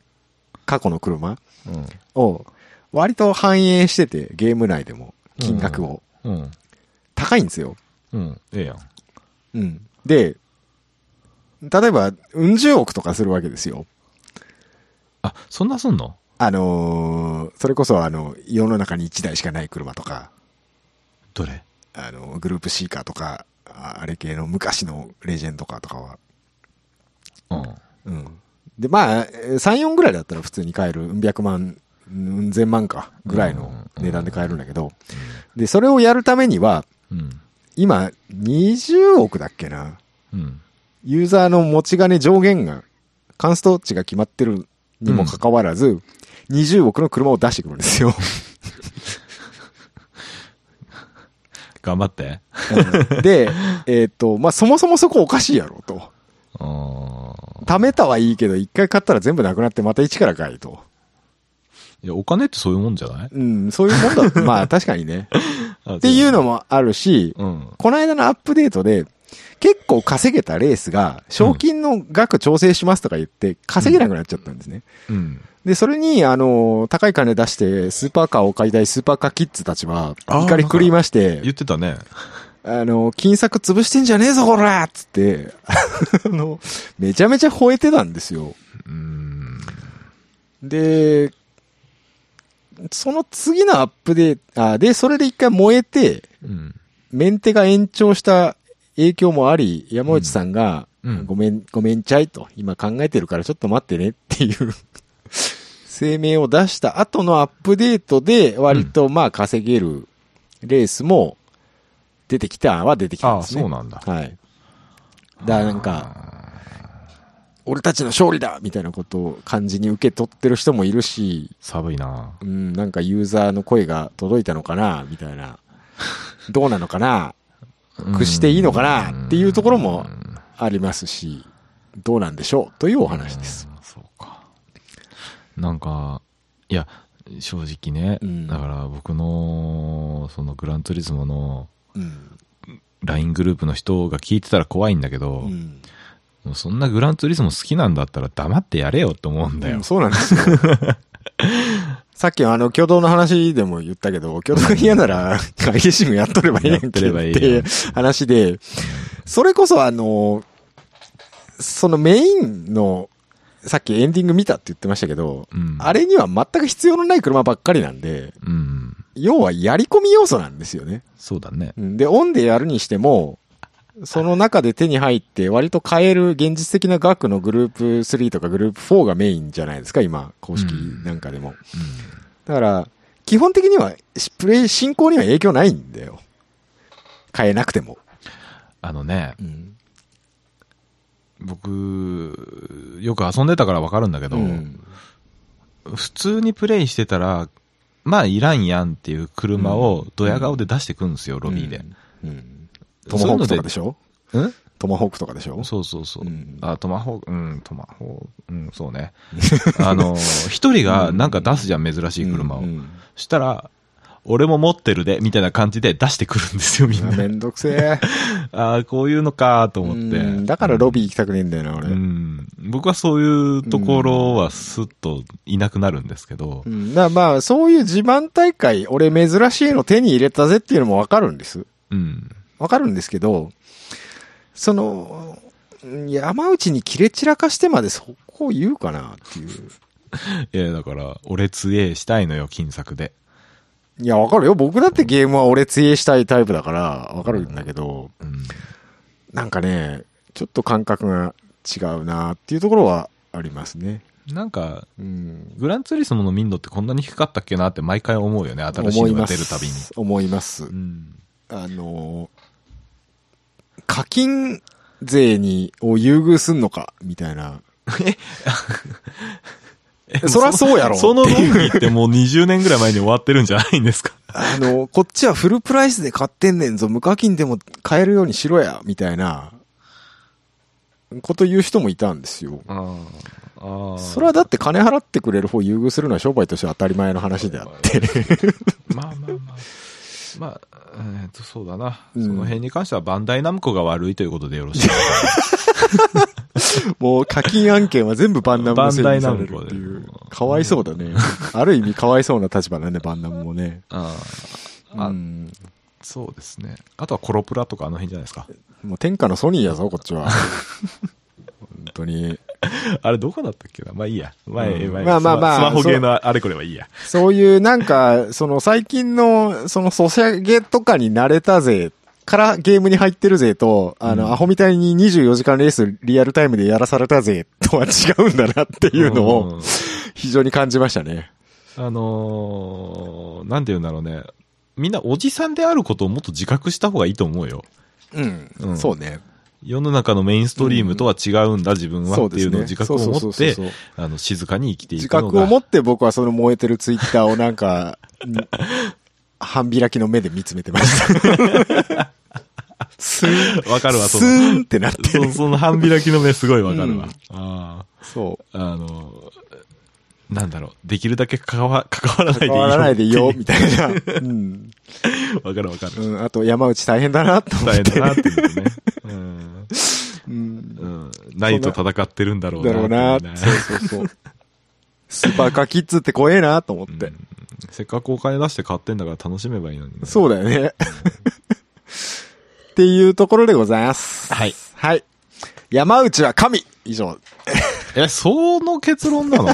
[SPEAKER 2] 過去の車
[SPEAKER 1] うん。
[SPEAKER 2] を、割と反映してて、ゲーム内でも、金額を。
[SPEAKER 1] うん。
[SPEAKER 2] 高いんですよ。
[SPEAKER 1] うん。ええやん。
[SPEAKER 2] うん。で、例えば、うん十億とかするわけですよ。
[SPEAKER 1] あ、そんなすんの
[SPEAKER 2] あのーそれこそ、あの、世の中に1台しかない車とか、
[SPEAKER 1] どれ
[SPEAKER 2] あの、グループ C カーとか、ああれ系の昔のレジェンドカーとかは、
[SPEAKER 1] うん。
[SPEAKER 2] うん。で、まあ、えー3、4ぐらいだったら普通に買える、うん百万、うん千万か、ぐらいの値段で買えるんだけど、で、それをやるためには、
[SPEAKER 1] うん。
[SPEAKER 2] 今、20億だっけな、
[SPEAKER 1] うん。
[SPEAKER 2] ユーザーの持ち金上限が、カンスト値が決まってるにもかかわらず、20億の車を出してくるんですよ。
[SPEAKER 1] 頑張って。
[SPEAKER 2] で、えーっと、まあ、そもそもそこおかしいやろ、と。
[SPEAKER 1] うん。
[SPEAKER 2] 貯めたはいいけど、一回買ったら全部なくなって、また一から買えと。
[SPEAKER 1] いや、お金ってそういうもんじゃない
[SPEAKER 2] うん、そういうもんだ。まあ、確かにね。
[SPEAKER 1] っ
[SPEAKER 2] っていうのもあるし、
[SPEAKER 1] うん。
[SPEAKER 2] この間のアップデートで、結構稼げたレースが、賞金の額調整しますとか言って、稼げなくなっちゃったんですね。
[SPEAKER 1] うん。
[SPEAKER 2] で、それに、あの、高い金出して、スーパーカーを買いたいスーパーカーキッズたちは、
[SPEAKER 1] あー
[SPEAKER 2] 怒り狂いまして、
[SPEAKER 1] 言ってたね。
[SPEAKER 2] あの、金策潰してんじゃねえぞ、こらっつって、 [laughs] あの、めちゃめちゃ吠えてたんですよ。
[SPEAKER 1] うん。
[SPEAKER 2] で、その次のアップデート、あで、それで一回燃えて、
[SPEAKER 1] うん。
[SPEAKER 2] メンテが延長した影響もあり、山内さんが、
[SPEAKER 1] うんうん
[SPEAKER 2] ごめん、ごめんちゃいと、今考えてるからちょっと待ってねっていう、 [laughs] 声明を出した後のアップデートで、割とまあ稼げるレースも出てきたは出てきたん
[SPEAKER 1] あ
[SPEAKER 2] で
[SPEAKER 1] あ、
[SPEAKER 2] すね。
[SPEAKER 1] そうなんだ。
[SPEAKER 2] はい。だからなんか、俺たちの勝利だみたいなことを感じに受け取ってる人もいるし、
[SPEAKER 1] 寒いな
[SPEAKER 2] うん、なんかユーザーの声が届いたのかなみたいな。どうなのかな屈していいのかなっていうところもありますし、どうなんでしょうというお話です。
[SPEAKER 1] うんそうか。なんか、いや、正直ね、
[SPEAKER 2] うん
[SPEAKER 1] だから僕の、そのグランツーリスモの
[SPEAKER 2] うん。
[SPEAKER 1] LINE グループの人が聞いてたら怖いんだけど、
[SPEAKER 2] うん。
[SPEAKER 1] もうそんなグランツーリスモ好きなんだったら黙ってやれよって思うんだよ。
[SPEAKER 2] うんそうな
[SPEAKER 1] [laughs]
[SPEAKER 2] んですよ。さっきあの、挙動の話でも言ったけど、挙動が嫌なら、会議シムやっとればいいやんけ
[SPEAKER 1] やっ
[SPEAKER 2] って
[SPEAKER 1] ればいいやん
[SPEAKER 2] ていう話で、それこそあの、そのメインの、さっきエンディング見たって言ってましたけど、
[SPEAKER 1] うん
[SPEAKER 2] あれには全く必要のない車ばっかりなんで、
[SPEAKER 1] うん。
[SPEAKER 2] 要はやり込み要素なんですよね。
[SPEAKER 1] そうだね。
[SPEAKER 2] うんで、オンでやるにしても、その中で手に入って割と買える現実的な額のグループ3とかグループ4がメインじゃないですか、今、公式なんかでも。だから、基本的には、しプレイ進行には影響ないんだよ。買えなくても。
[SPEAKER 1] あのね、
[SPEAKER 2] うん。
[SPEAKER 1] 僕、よく遊んでたからわかるんだけど、
[SPEAKER 2] うん
[SPEAKER 1] 普通にプレイしてたら、まあいらんやんっていう車をドヤ顔で出してくんですよ、ロビーで。。
[SPEAKER 2] うん。ト
[SPEAKER 1] そう
[SPEAKER 2] マ
[SPEAKER 1] い
[SPEAKER 2] ホ
[SPEAKER 1] うので
[SPEAKER 2] ークとかでしょ
[SPEAKER 1] うん
[SPEAKER 2] トマホークとかでしょ
[SPEAKER 1] そうそうそう。
[SPEAKER 2] うん
[SPEAKER 1] あ、トマホーク、うん、トマホーク、うん、そう
[SPEAKER 2] [laughs]
[SPEAKER 1] ね。あの、一人がなんか出すじゃん、珍しい車を。
[SPEAKER 2] うんうん
[SPEAKER 1] したら、俺も持ってるで、みたいな感じで出してくるんですよ、みん
[SPEAKER 2] あ
[SPEAKER 1] な。
[SPEAKER 2] めんどくせえ。
[SPEAKER 1] ああ、こういうのか [laughs] と思っ
[SPEAKER 2] う
[SPEAKER 1] て。
[SPEAKER 2] んだからロビー行きたくねえんだよな、俺。
[SPEAKER 1] うん、僕はそういうところはスッといなくなるんですけど
[SPEAKER 2] う、ん、だからまあ、そういう自慢大会、俺珍しいの手に入れたぜっていうのもわかるんです。
[SPEAKER 1] うん。
[SPEAKER 2] わかるんですけど、その、うん山内に切れ散らかしてまでそこを言うかなっていう。
[SPEAKER 1] いや、だから、俺つえしたいのよ、金策で。
[SPEAKER 2] いや、わかるよ。僕だってゲームは俺追影したいタイプだから、わかるんだけど、
[SPEAKER 1] うん。
[SPEAKER 2] なんかね、ちょっと感覚が違うなっていうところはありますね。
[SPEAKER 1] なんか、
[SPEAKER 2] うん。
[SPEAKER 1] グランツーリスモの民度ってこんなに低かったっけなって毎回思うよね、新しい
[SPEAKER 2] 思い
[SPEAKER 1] のが
[SPEAKER 2] ま
[SPEAKER 1] 出るたびに。
[SPEAKER 2] す。思います
[SPEAKER 1] う。ん。
[SPEAKER 2] あのー課金税に、を優遇すんのか、みたいな。え [laughs] そらそうやろ
[SPEAKER 1] その [laughs]
[SPEAKER 2] って
[SPEAKER 1] 論
[SPEAKER 2] いう
[SPEAKER 1] 議ってもう20年ぐらい前に終わってるんじゃないんですか。
[SPEAKER 2] あのーこっちはフルプライスで買ってんねんぞ、無課金でも買えるようにしろや、みたいな、こと言う人もいたんですよ。
[SPEAKER 1] [laughs] ああ
[SPEAKER 2] それはだって金払ってくれる方優遇するのは商売として当たり前の話であって。
[SPEAKER 1] [laughs] まあまあまあ。まあ、えーっと、そうだな。
[SPEAKER 2] うん
[SPEAKER 1] その辺に関してはバンダイナムコが悪いということでよろしい。
[SPEAKER 2] もう課金案件は全部バンナムのせいにされる
[SPEAKER 1] バン
[SPEAKER 2] っ
[SPEAKER 1] ダ
[SPEAKER 2] て
[SPEAKER 1] イナ
[SPEAKER 2] い
[SPEAKER 1] ム
[SPEAKER 2] う
[SPEAKER 1] コ。で
[SPEAKER 2] かわいそ
[SPEAKER 1] [laughs]
[SPEAKER 2] うだね。ある意味かわいそうな立場なんで、バンナムもね。
[SPEAKER 1] あ
[SPEAKER 2] う
[SPEAKER 1] ーあ
[SPEAKER 2] ん。
[SPEAKER 1] そうですね。あとはコロプラとかあの辺じゃないですか。
[SPEAKER 2] もう天下のソニーやぞ、こっちは。本当に。
[SPEAKER 1] あれどこだったっけなまあいいや。まあ、
[SPEAKER 2] うん
[SPEAKER 1] まあ、
[SPEAKER 2] まあまあまあ
[SPEAKER 1] スマスマホゲーのあれこれはいいや。
[SPEAKER 2] そういうなんか、その最近の、そのソシャゲとかに慣れたぜ、からゲームに入ってるぜと、あの、
[SPEAKER 1] うん
[SPEAKER 2] アホみたいに24時間レースリアルタイムでやらされたぜとは違うんだなっていうのを
[SPEAKER 1] ん
[SPEAKER 2] 非常に感じましたね。
[SPEAKER 1] あのー、なんて言うんだろうね。みんなおじさんであることをもっと自覚した方がいいと思うよ。
[SPEAKER 2] うん。
[SPEAKER 1] うん
[SPEAKER 2] そうね。
[SPEAKER 1] 世の中のメインストリームとは違うんだ、自分は
[SPEAKER 2] そ
[SPEAKER 1] っ
[SPEAKER 2] う
[SPEAKER 1] て
[SPEAKER 2] で
[SPEAKER 1] い
[SPEAKER 2] す
[SPEAKER 1] うのを
[SPEAKER 2] ね。
[SPEAKER 1] 自覚を持
[SPEAKER 2] そう
[SPEAKER 1] っ
[SPEAKER 2] そう
[SPEAKER 1] て
[SPEAKER 2] そう、そう
[SPEAKER 1] あの、静かに生きてい
[SPEAKER 2] 自
[SPEAKER 1] くのが。
[SPEAKER 2] 覚を持って僕はその燃えてるツイッターをな
[SPEAKER 1] [laughs]
[SPEAKER 2] んか、ん半開きの目で見つめてました。スーン
[SPEAKER 1] わかるわ、そ
[SPEAKER 2] ス
[SPEAKER 1] の、
[SPEAKER 2] ーンってなって
[SPEAKER 1] そ
[SPEAKER 2] る。
[SPEAKER 1] その半開きの目すごいわかるわ。
[SPEAKER 2] うん
[SPEAKER 1] あ
[SPEAKER 2] そう。
[SPEAKER 1] あ、あの、なんだろう、できるだけ関わ [laughs] 関わらないでいいよ。
[SPEAKER 2] 変わらないでいいよ、みたいな。うん。
[SPEAKER 1] わかるわかる。
[SPEAKER 2] うん。あと、山内大変だな、と思
[SPEAKER 1] 大
[SPEAKER 2] っ
[SPEAKER 1] 変だ
[SPEAKER 2] て。
[SPEAKER 1] なっていうね。うん。
[SPEAKER 2] う
[SPEAKER 1] う
[SPEAKER 2] ん。
[SPEAKER 1] ん。ないと戦ってるんだろうな
[SPEAKER 2] だろうな、そうそうそう。スーパーカーキッズって怖えな、と思っ
[SPEAKER 1] う
[SPEAKER 2] て
[SPEAKER 1] ん。せっかくお金出して買ってんだから楽しめばいいのにね、
[SPEAKER 2] そうだよね。っていうところでございます。
[SPEAKER 1] はい。
[SPEAKER 2] はい。山内は神以上。
[SPEAKER 1] え、その結論
[SPEAKER 2] [laughs]
[SPEAKER 1] なの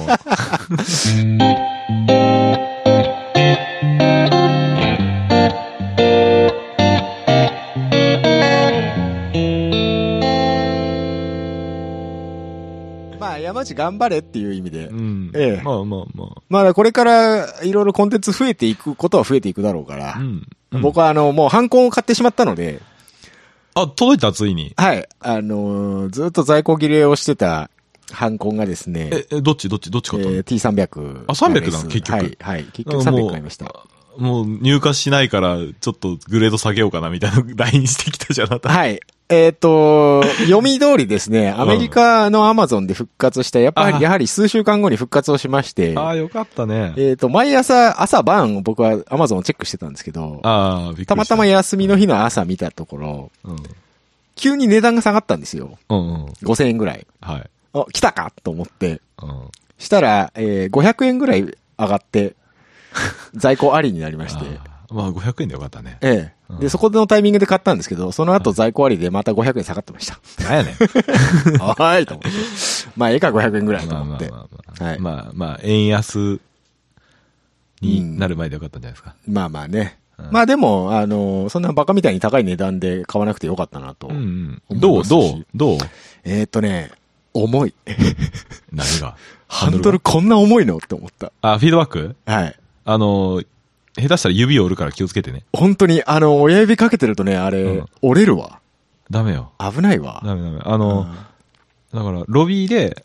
[SPEAKER 2] まあ、山内し頑張れっていう意味で。
[SPEAKER 1] うん。
[SPEAKER 2] ええ
[SPEAKER 1] まあまあま
[SPEAKER 2] まあこれからいろいろコンテンツ増えていくことは増えていくだろうから
[SPEAKER 1] あ。う、ん。うん
[SPEAKER 2] 僕はあの、もうハンコンを買ってしまったので、
[SPEAKER 1] あ、届いた、ついに。
[SPEAKER 2] はい、あのーずっと在庫切れをしてたハンコンがですね、
[SPEAKER 1] え、えどっちどっちどっち
[SPEAKER 2] え
[SPEAKER 1] 買ったの
[SPEAKER 2] ー T300。
[SPEAKER 1] あ300なの
[SPEAKER 2] です
[SPEAKER 1] 結局
[SPEAKER 2] はい、はい。結局300買いました。
[SPEAKER 1] もう入荷しないから、ちょっとグレード下げようかなみたいな LINE してきたじゃん、あなた。
[SPEAKER 2] はい。えっ、と、読み通りですね、アメリカのアマゾンで復活して、やっぱ
[SPEAKER 1] あ
[SPEAKER 2] り、やはり数週間後に復活をしまして、
[SPEAKER 1] ああ、よかったね。
[SPEAKER 2] えっ、と、毎朝、朝晩僕はアマゾンをチェックしてたんですけど、
[SPEAKER 1] ああ、びっくりした
[SPEAKER 2] またま休みの日の朝見たところ、
[SPEAKER 1] うん。
[SPEAKER 2] 急に値段が下がったんですよ。
[SPEAKER 1] うんうん。
[SPEAKER 2] 5000円ぐらい。
[SPEAKER 1] はい。
[SPEAKER 2] あ、来たかと思って。
[SPEAKER 1] うん。
[SPEAKER 2] したら、えー500円ぐらい上がって、 [laughs] 在庫ありになりまして。
[SPEAKER 1] あーまあ、500円でよかったね。
[SPEAKER 2] ええ。
[SPEAKER 1] うん
[SPEAKER 2] で、そこのタイミングで買ったんですけど、その後在庫ありでまた500円下がってま
[SPEAKER 1] [laughs]
[SPEAKER 2] した。
[SPEAKER 1] なんやねん。
[SPEAKER 2] はーいと思って。 [laughs] まあ、ええか500円ぐらいと
[SPEAKER 1] まあ
[SPEAKER 2] 思
[SPEAKER 1] ま
[SPEAKER 2] っ
[SPEAKER 1] あ
[SPEAKER 2] て。
[SPEAKER 1] まあまあ。
[SPEAKER 2] はい
[SPEAKER 1] まあまあ、円安になる前でよかったんじゃないですか。
[SPEAKER 2] まあまあね。
[SPEAKER 1] うん
[SPEAKER 2] まあでも、あのーそんなバカみたいに高い値段で買わなくてよかったなと。
[SPEAKER 1] うんうん。
[SPEAKER 2] 思い
[SPEAKER 1] ど
[SPEAKER 2] ま
[SPEAKER 1] う
[SPEAKER 2] すし
[SPEAKER 1] どうどう
[SPEAKER 2] えーっとね、重
[SPEAKER 1] [laughs]
[SPEAKER 2] い。
[SPEAKER 1] 何が
[SPEAKER 2] ハンドルこんな重いのって思った。
[SPEAKER 1] あ、フィードバック
[SPEAKER 2] はい。
[SPEAKER 1] あの、下手したら指折るから気をつけてね。
[SPEAKER 2] 本当に、あの、親指かけてるとね、あれ、
[SPEAKER 1] うん
[SPEAKER 2] 折れるわ。
[SPEAKER 1] ダメよ。
[SPEAKER 2] 危ないわ。
[SPEAKER 1] ダメダメ。あ
[SPEAKER 2] う
[SPEAKER 1] の、
[SPEAKER 2] ん
[SPEAKER 1] だから、ロビーで、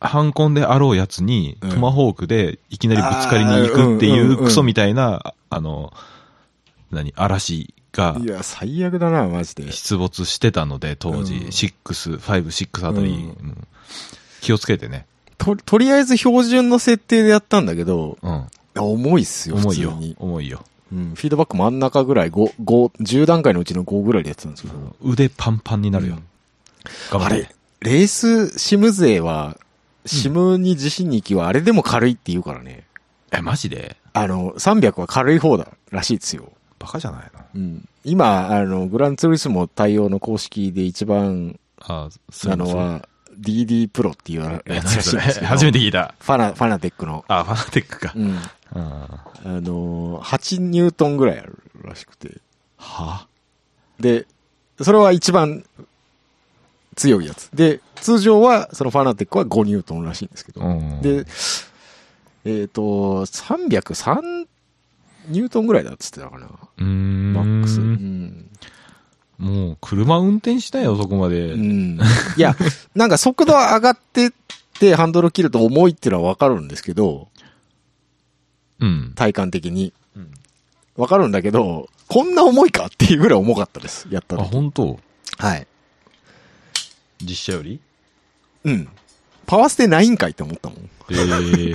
[SPEAKER 1] ハンコンであろうやつに、
[SPEAKER 2] うん
[SPEAKER 1] トマホークでいきなりぶつかりに行くって
[SPEAKER 2] あーうん
[SPEAKER 1] い
[SPEAKER 2] うんうん
[SPEAKER 1] うクソみたいな、あの、何、嵐が
[SPEAKER 2] いや、最悪だな、マジで。
[SPEAKER 1] 出没してたので、当時、
[SPEAKER 2] うん
[SPEAKER 1] 6、5、6あたり、
[SPEAKER 2] うん
[SPEAKER 1] うん気をつけてね。
[SPEAKER 2] と、とりあえず標準の設定でやったんだけど、
[SPEAKER 1] うん。
[SPEAKER 2] いや重いっすよ、普
[SPEAKER 1] 重い
[SPEAKER 2] 通
[SPEAKER 1] よ
[SPEAKER 2] に。。
[SPEAKER 1] 重いよ。
[SPEAKER 2] うん、フィードバック真ん中ぐらい、5、5、10段階のうちの5ぐらいでやってたんですけど。
[SPEAKER 1] 腕パンパンになるよ。頑張
[SPEAKER 2] あ
[SPEAKER 1] って
[SPEAKER 2] れ、レースシム勢は、シムに自信に行きはあれでも軽いって言うからね。
[SPEAKER 1] え、マジで
[SPEAKER 2] あの、300は軽い方だらしいですよ。
[SPEAKER 1] バカじゃないの
[SPEAKER 2] うん。今、あの、グランツーリスモ対応の公式で一番
[SPEAKER 1] あ、す
[SPEAKER 2] な
[SPEAKER 1] みませ
[SPEAKER 2] の
[SPEAKER 1] ん。
[SPEAKER 2] は、DD プロっていう
[SPEAKER 1] え、何
[SPEAKER 2] やつらしい
[SPEAKER 1] そ
[SPEAKER 2] ん
[SPEAKER 1] れ
[SPEAKER 2] ですけど。
[SPEAKER 1] 初めて聞いた。
[SPEAKER 2] ファナ、ファナテックの。
[SPEAKER 1] あ、ファナテックか
[SPEAKER 2] う。ん。
[SPEAKER 1] うん。は
[SPEAKER 2] あのー、8ニュートンぐらいあるらしくて。
[SPEAKER 1] あ
[SPEAKER 2] で、それは一番強いやつ。で、通常は、そのファナテックは5ニュートンらしいんですけど。
[SPEAKER 1] うん。
[SPEAKER 2] で、えっ、と、303ニュートンぐらいだっつってたかな。
[SPEAKER 1] うーん、
[SPEAKER 2] マックス。うん。
[SPEAKER 1] もう、車運転したよ、そこまで。
[SPEAKER 2] うん。いや、なんか速度上がってってハンドル切ると重いっていうのはわかるんですけど、
[SPEAKER 1] うん。
[SPEAKER 2] 体感的に。
[SPEAKER 1] うん
[SPEAKER 2] わかるんだけど、こんな重いかっていうぐらい重かったです。やった
[SPEAKER 1] あ、
[SPEAKER 2] の。
[SPEAKER 1] 本当
[SPEAKER 2] はい。
[SPEAKER 1] 実車より
[SPEAKER 2] うん。パワーステないんかいって思ったもん。
[SPEAKER 1] ええ。
[SPEAKER 2] [laughs]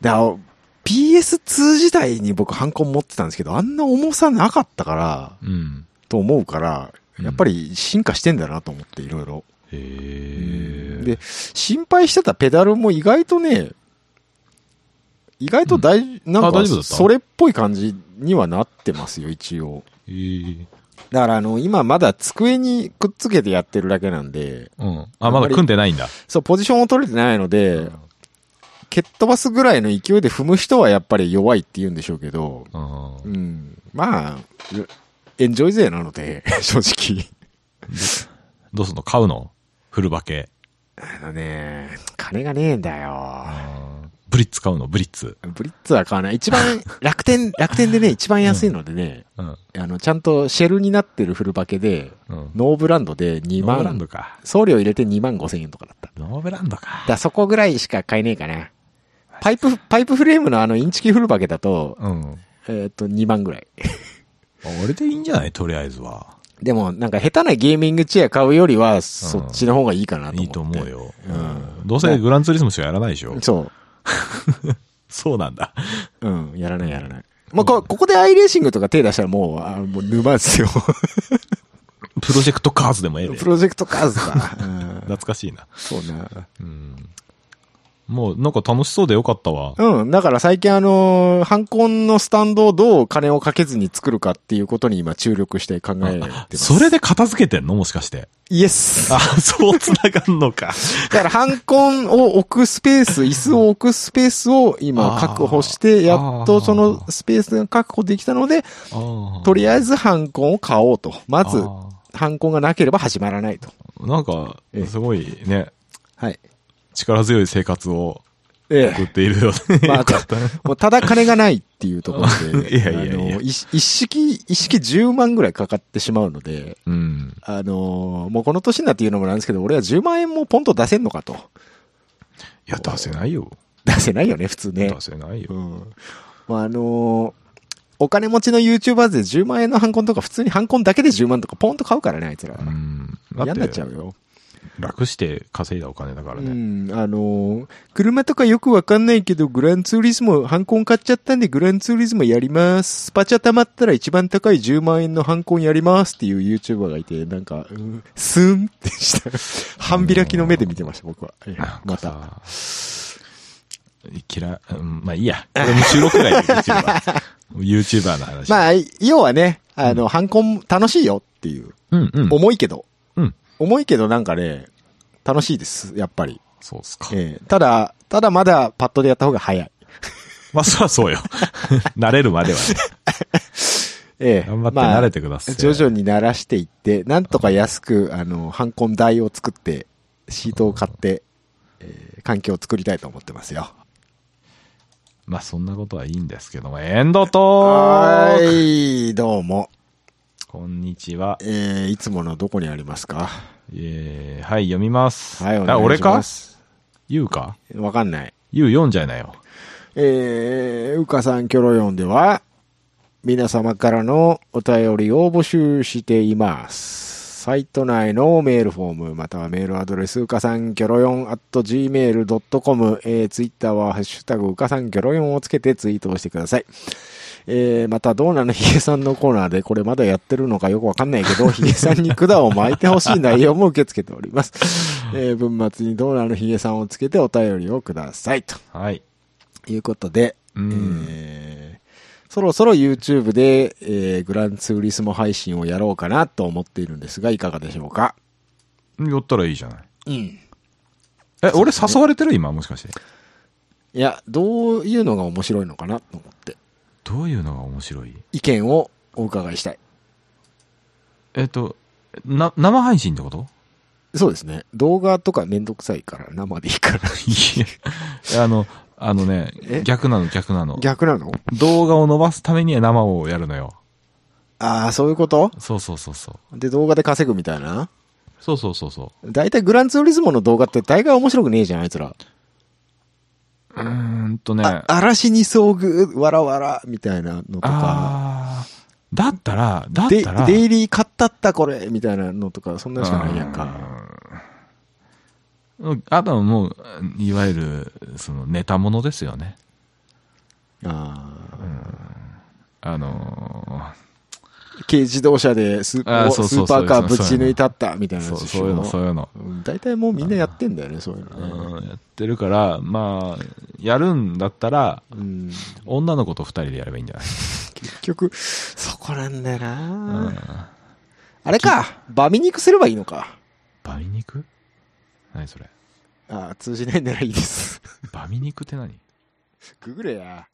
[SPEAKER 2] で、あの PS2 自体に僕ハンコン持ってたんですけど、あんな重さなかったから、
[SPEAKER 1] うん。
[SPEAKER 2] と思うから、
[SPEAKER 1] うん
[SPEAKER 2] やっぱり進化してんだなと思っていろいろ。
[SPEAKER 1] へえ。
[SPEAKER 2] で、、心配してたペダルも意外とね、意外と大、なん
[SPEAKER 1] あ大
[SPEAKER 2] か
[SPEAKER 1] 丈夫だった
[SPEAKER 2] それっぽい感じにはなってますよ、一応。
[SPEAKER 1] ええ。
[SPEAKER 2] だからあの、今まだ机にくっつけてやってるだけなんで、
[SPEAKER 1] うん。あ、まだ組んでないんだ。
[SPEAKER 2] そう、ポジションを取れてないので、蹴っ飛ばすぐらいの勢いで踏む人はやっぱり弱いって言うんでしょうけど、
[SPEAKER 1] うん。
[SPEAKER 2] うん。まあ、エンジョイ勢なので、 [laughs] 正直。
[SPEAKER 1] どうすんの買うのフルバケ。
[SPEAKER 2] あのね、金がねえんだよ。
[SPEAKER 1] うんブリッツ買うのブリッツ。
[SPEAKER 2] ブリッツは買わない。一番、楽 [laughs] 天、楽天でね、一番安いのでね、
[SPEAKER 1] うん。
[SPEAKER 2] あの、ちゃんとシェルになってるフルバケで、
[SPEAKER 1] うん。
[SPEAKER 2] ノーブランドで2
[SPEAKER 1] ノーブラン
[SPEAKER 2] 万
[SPEAKER 1] ド、か。
[SPEAKER 2] 送料入れて2万5千円とかだった。だか
[SPEAKER 1] ノーブランドか。
[SPEAKER 2] らそこぐらいしか買えねえかな。パイプ、パイプフレームのあのインチキフルバケだと、
[SPEAKER 1] うん。
[SPEAKER 2] えっと、2万ぐらい。
[SPEAKER 1] あれでいいんじゃないとりあえずは。
[SPEAKER 2] でも、なんか下手なゲーミングチェア買うよりは、そっちの方がいいかなと思って。
[SPEAKER 1] いいと思う。よ。
[SPEAKER 2] うん
[SPEAKER 1] どうせグランツーリスモしかやらないでしょ。
[SPEAKER 2] そう。
[SPEAKER 1] そうなんだ。
[SPEAKER 2] うん、やらないやらない。まあ、こ、ここでアイレーシングとか手出したらもう、あもう沼ですよ。
[SPEAKER 1] [laughs] プロジェクトカーズでもええで。
[SPEAKER 2] プロジェクトカー
[SPEAKER 1] [laughs]
[SPEAKER 2] ズか。うん、
[SPEAKER 1] 懐かしいな。
[SPEAKER 2] そうな。
[SPEAKER 1] うん。もう、なんか楽しそうでよかったわ。
[SPEAKER 2] うん、だから最近あのー、ハンコンのスタンドをどう金をかけずに作るかっていうことに今注力して考えてます。
[SPEAKER 1] [laughs] それで片付けてんのもしかして。
[SPEAKER 2] イエス。
[SPEAKER 1] あ、そう繋がんのか。
[SPEAKER 2] だからハンコンを置くスペ
[SPEAKER 1] [laughs]
[SPEAKER 2] ース、椅子を置くスペースを今確保して、やっとそのスペースが確保できたので、とりあえずハンコンを買おうと。まず、ハンコンがなければ始まらないと。
[SPEAKER 1] なんか
[SPEAKER 2] ええ、
[SPEAKER 1] すごいね、
[SPEAKER 2] はい。
[SPEAKER 1] 力強い生活を
[SPEAKER 2] え
[SPEAKER 1] 送っているよね。
[SPEAKER 2] [laughs] まあ
[SPEAKER 1] よかったね。
[SPEAKER 2] もうただ金がないっていうところ
[SPEAKER 1] [laughs]
[SPEAKER 2] で、
[SPEAKER 1] いやいやいや
[SPEAKER 2] あの一一式、一式10万ぐらいかかってしまうので、
[SPEAKER 1] うん。
[SPEAKER 2] あのーもうこの年になって言うのもなんですけど、俺は10万円もポンと出せんのかと。
[SPEAKER 1] いや、出せないよ。
[SPEAKER 2] 出せないよね、普通ね
[SPEAKER 1] 出。せないよ
[SPEAKER 2] う。ん。まあ、あのーお金持ちの YouTuber で10万円のハンコンとか、普通にハンコンだけで10万とかポンと買うからね、あいつら。
[SPEAKER 1] うん。
[SPEAKER 2] 嫌になっちゃ
[SPEAKER 1] う。
[SPEAKER 2] うよ。
[SPEAKER 1] 楽して稼いだお金だから
[SPEAKER 2] う
[SPEAKER 1] ね。
[SPEAKER 2] ん、あのー車とかよくわかんないけど、グランツーリスモ、ハンコン買っちゃったんで、グランツーリスモやります。スパチャ溜まったら一番高い10万円のハンコンやりますっていう YouTuber がいて、なんか、うん、スンって
[SPEAKER 1] [laughs]
[SPEAKER 2] した。半開きの目で見てました、僕は。いやまた。
[SPEAKER 1] た。嫌い、うん、まあいいや。これも収録外でできるわ。YouTuber の話。
[SPEAKER 2] まあ、要はね、あの、ハンコン楽しいよっていう。
[SPEAKER 1] うんうん。
[SPEAKER 2] 重いけど。
[SPEAKER 1] うん。
[SPEAKER 2] 重いけどなんかね、楽しいです、やっぱり。
[SPEAKER 1] そうっすか。
[SPEAKER 2] ええただ、ただまだパッドでやった方が早い。
[SPEAKER 1] [laughs] まあそりゃそうよ。慣れるまではね。
[SPEAKER 2] え
[SPEAKER 1] [laughs]
[SPEAKER 2] え
[SPEAKER 1] 頑張って
[SPEAKER 2] まあ
[SPEAKER 1] 慣れてください。
[SPEAKER 2] 徐々に慣らしていって、なんとか安く、あの、ハンコン台を作って、シートを買って、えー環境を作りたいと思ってますよ。
[SPEAKER 1] まあそんなことはいいんですけども、エンドト
[SPEAKER 2] は
[SPEAKER 1] ーク
[SPEAKER 2] ーい、どうも。
[SPEAKER 1] こんにちは。
[SPEAKER 2] えーいつものどこにありますか
[SPEAKER 1] えー、はい、読みます。
[SPEAKER 2] はい、お
[SPEAKER 1] あ、
[SPEAKER 2] 願い
[SPEAKER 1] 俺
[SPEAKER 2] し
[SPEAKER 1] か
[SPEAKER 2] ます。
[SPEAKER 1] 言うか
[SPEAKER 2] わかんない。
[SPEAKER 1] 言う読んじゃいなよ。
[SPEAKER 2] えー、うかさんキョロヨンでは、皆様からのお便りを募集しています。サイト内のメールフォーム、またはメールアドレス、うかさんキョロヨン at gmail.com、えー、ツイッターはハッシュタグうかさんキョロヨンをつけてツイートをしてください。えー、また、どうなのヒゲさんのコーナーで、これまだやってるのかよくわかんないけど、ヒ [laughs] ゲさんに管を巻いてほしい内容も受け付けており [laughs] ます。えー、文末にどうなのヒゲさんをつけてお便りをください。と
[SPEAKER 1] はい。
[SPEAKER 2] いうことで、
[SPEAKER 1] うん
[SPEAKER 2] えーそろそろ YouTube で、えーグランツーリスモ配信をやろうかなと思っているんですが、いかがでしょうか
[SPEAKER 1] 寄ったらいいじゃない。
[SPEAKER 2] うん。
[SPEAKER 1] え、俺誘われてる今、もしかして。
[SPEAKER 2] いや、どういうのが面白いのかなと思って、
[SPEAKER 1] どういうのが面白い
[SPEAKER 2] 意見をお伺いしたい。
[SPEAKER 1] えっと、な、生配信って [laughs] こと
[SPEAKER 2] そうですね。動画とかめんどくさいから、生でいい [laughs] から。
[SPEAKER 1] いや、あの、あのね
[SPEAKER 2] え、
[SPEAKER 1] 逆なの逆なの。
[SPEAKER 2] 逆なの
[SPEAKER 1] 動画を伸ばすためには生をやるのよ。
[SPEAKER 2] ああ、そういうこと
[SPEAKER 1] そうそうそうそう。
[SPEAKER 2] で、動画で稼ぐみたいな。
[SPEAKER 1] そうそうそうそ
[SPEAKER 2] だいたいグランツーリスモの動画って大概面白くねえじゃん、あいつら。
[SPEAKER 1] う。うーんとね。
[SPEAKER 2] あ嵐に遭遇、わらわら、みたいなのとか。
[SPEAKER 1] あーだったら、だっ
[SPEAKER 2] で
[SPEAKER 1] たら。
[SPEAKER 2] デイリー買ったったこれみたいなのとか、そんなしかないやんか。
[SPEAKER 1] うん。あとはもう、いわゆる、その、ネタものですよね。
[SPEAKER 2] あ
[SPEAKER 1] あの
[SPEAKER 2] ー軽自動車でスーパ
[SPEAKER 1] あ
[SPEAKER 2] ー
[SPEAKER 1] ーそう
[SPEAKER 2] ス
[SPEAKER 1] そ
[SPEAKER 2] ー
[SPEAKER 1] うそ
[SPEAKER 2] パ
[SPEAKER 1] う
[SPEAKER 2] ーカーぶち抜いたったみたい
[SPEAKER 1] ーそ
[SPEAKER 2] なや
[SPEAKER 1] う、
[SPEAKER 2] つ
[SPEAKER 1] そういうの、そういうの。
[SPEAKER 2] うん大体もうみんなやってんだよね、そういうのね。
[SPEAKER 1] うん、やってるから、まあ、やるんだったら、
[SPEAKER 2] うん、
[SPEAKER 1] 女の子と二人でやればいいんじゃない
[SPEAKER 2] 結局、そこなんだよな、
[SPEAKER 1] うん。
[SPEAKER 2] あれか、バミ肉すればいいのか。
[SPEAKER 1] バミ肉何それ。
[SPEAKER 2] あー通じないならいいです。
[SPEAKER 1] バミ肉って何
[SPEAKER 2] ググれや。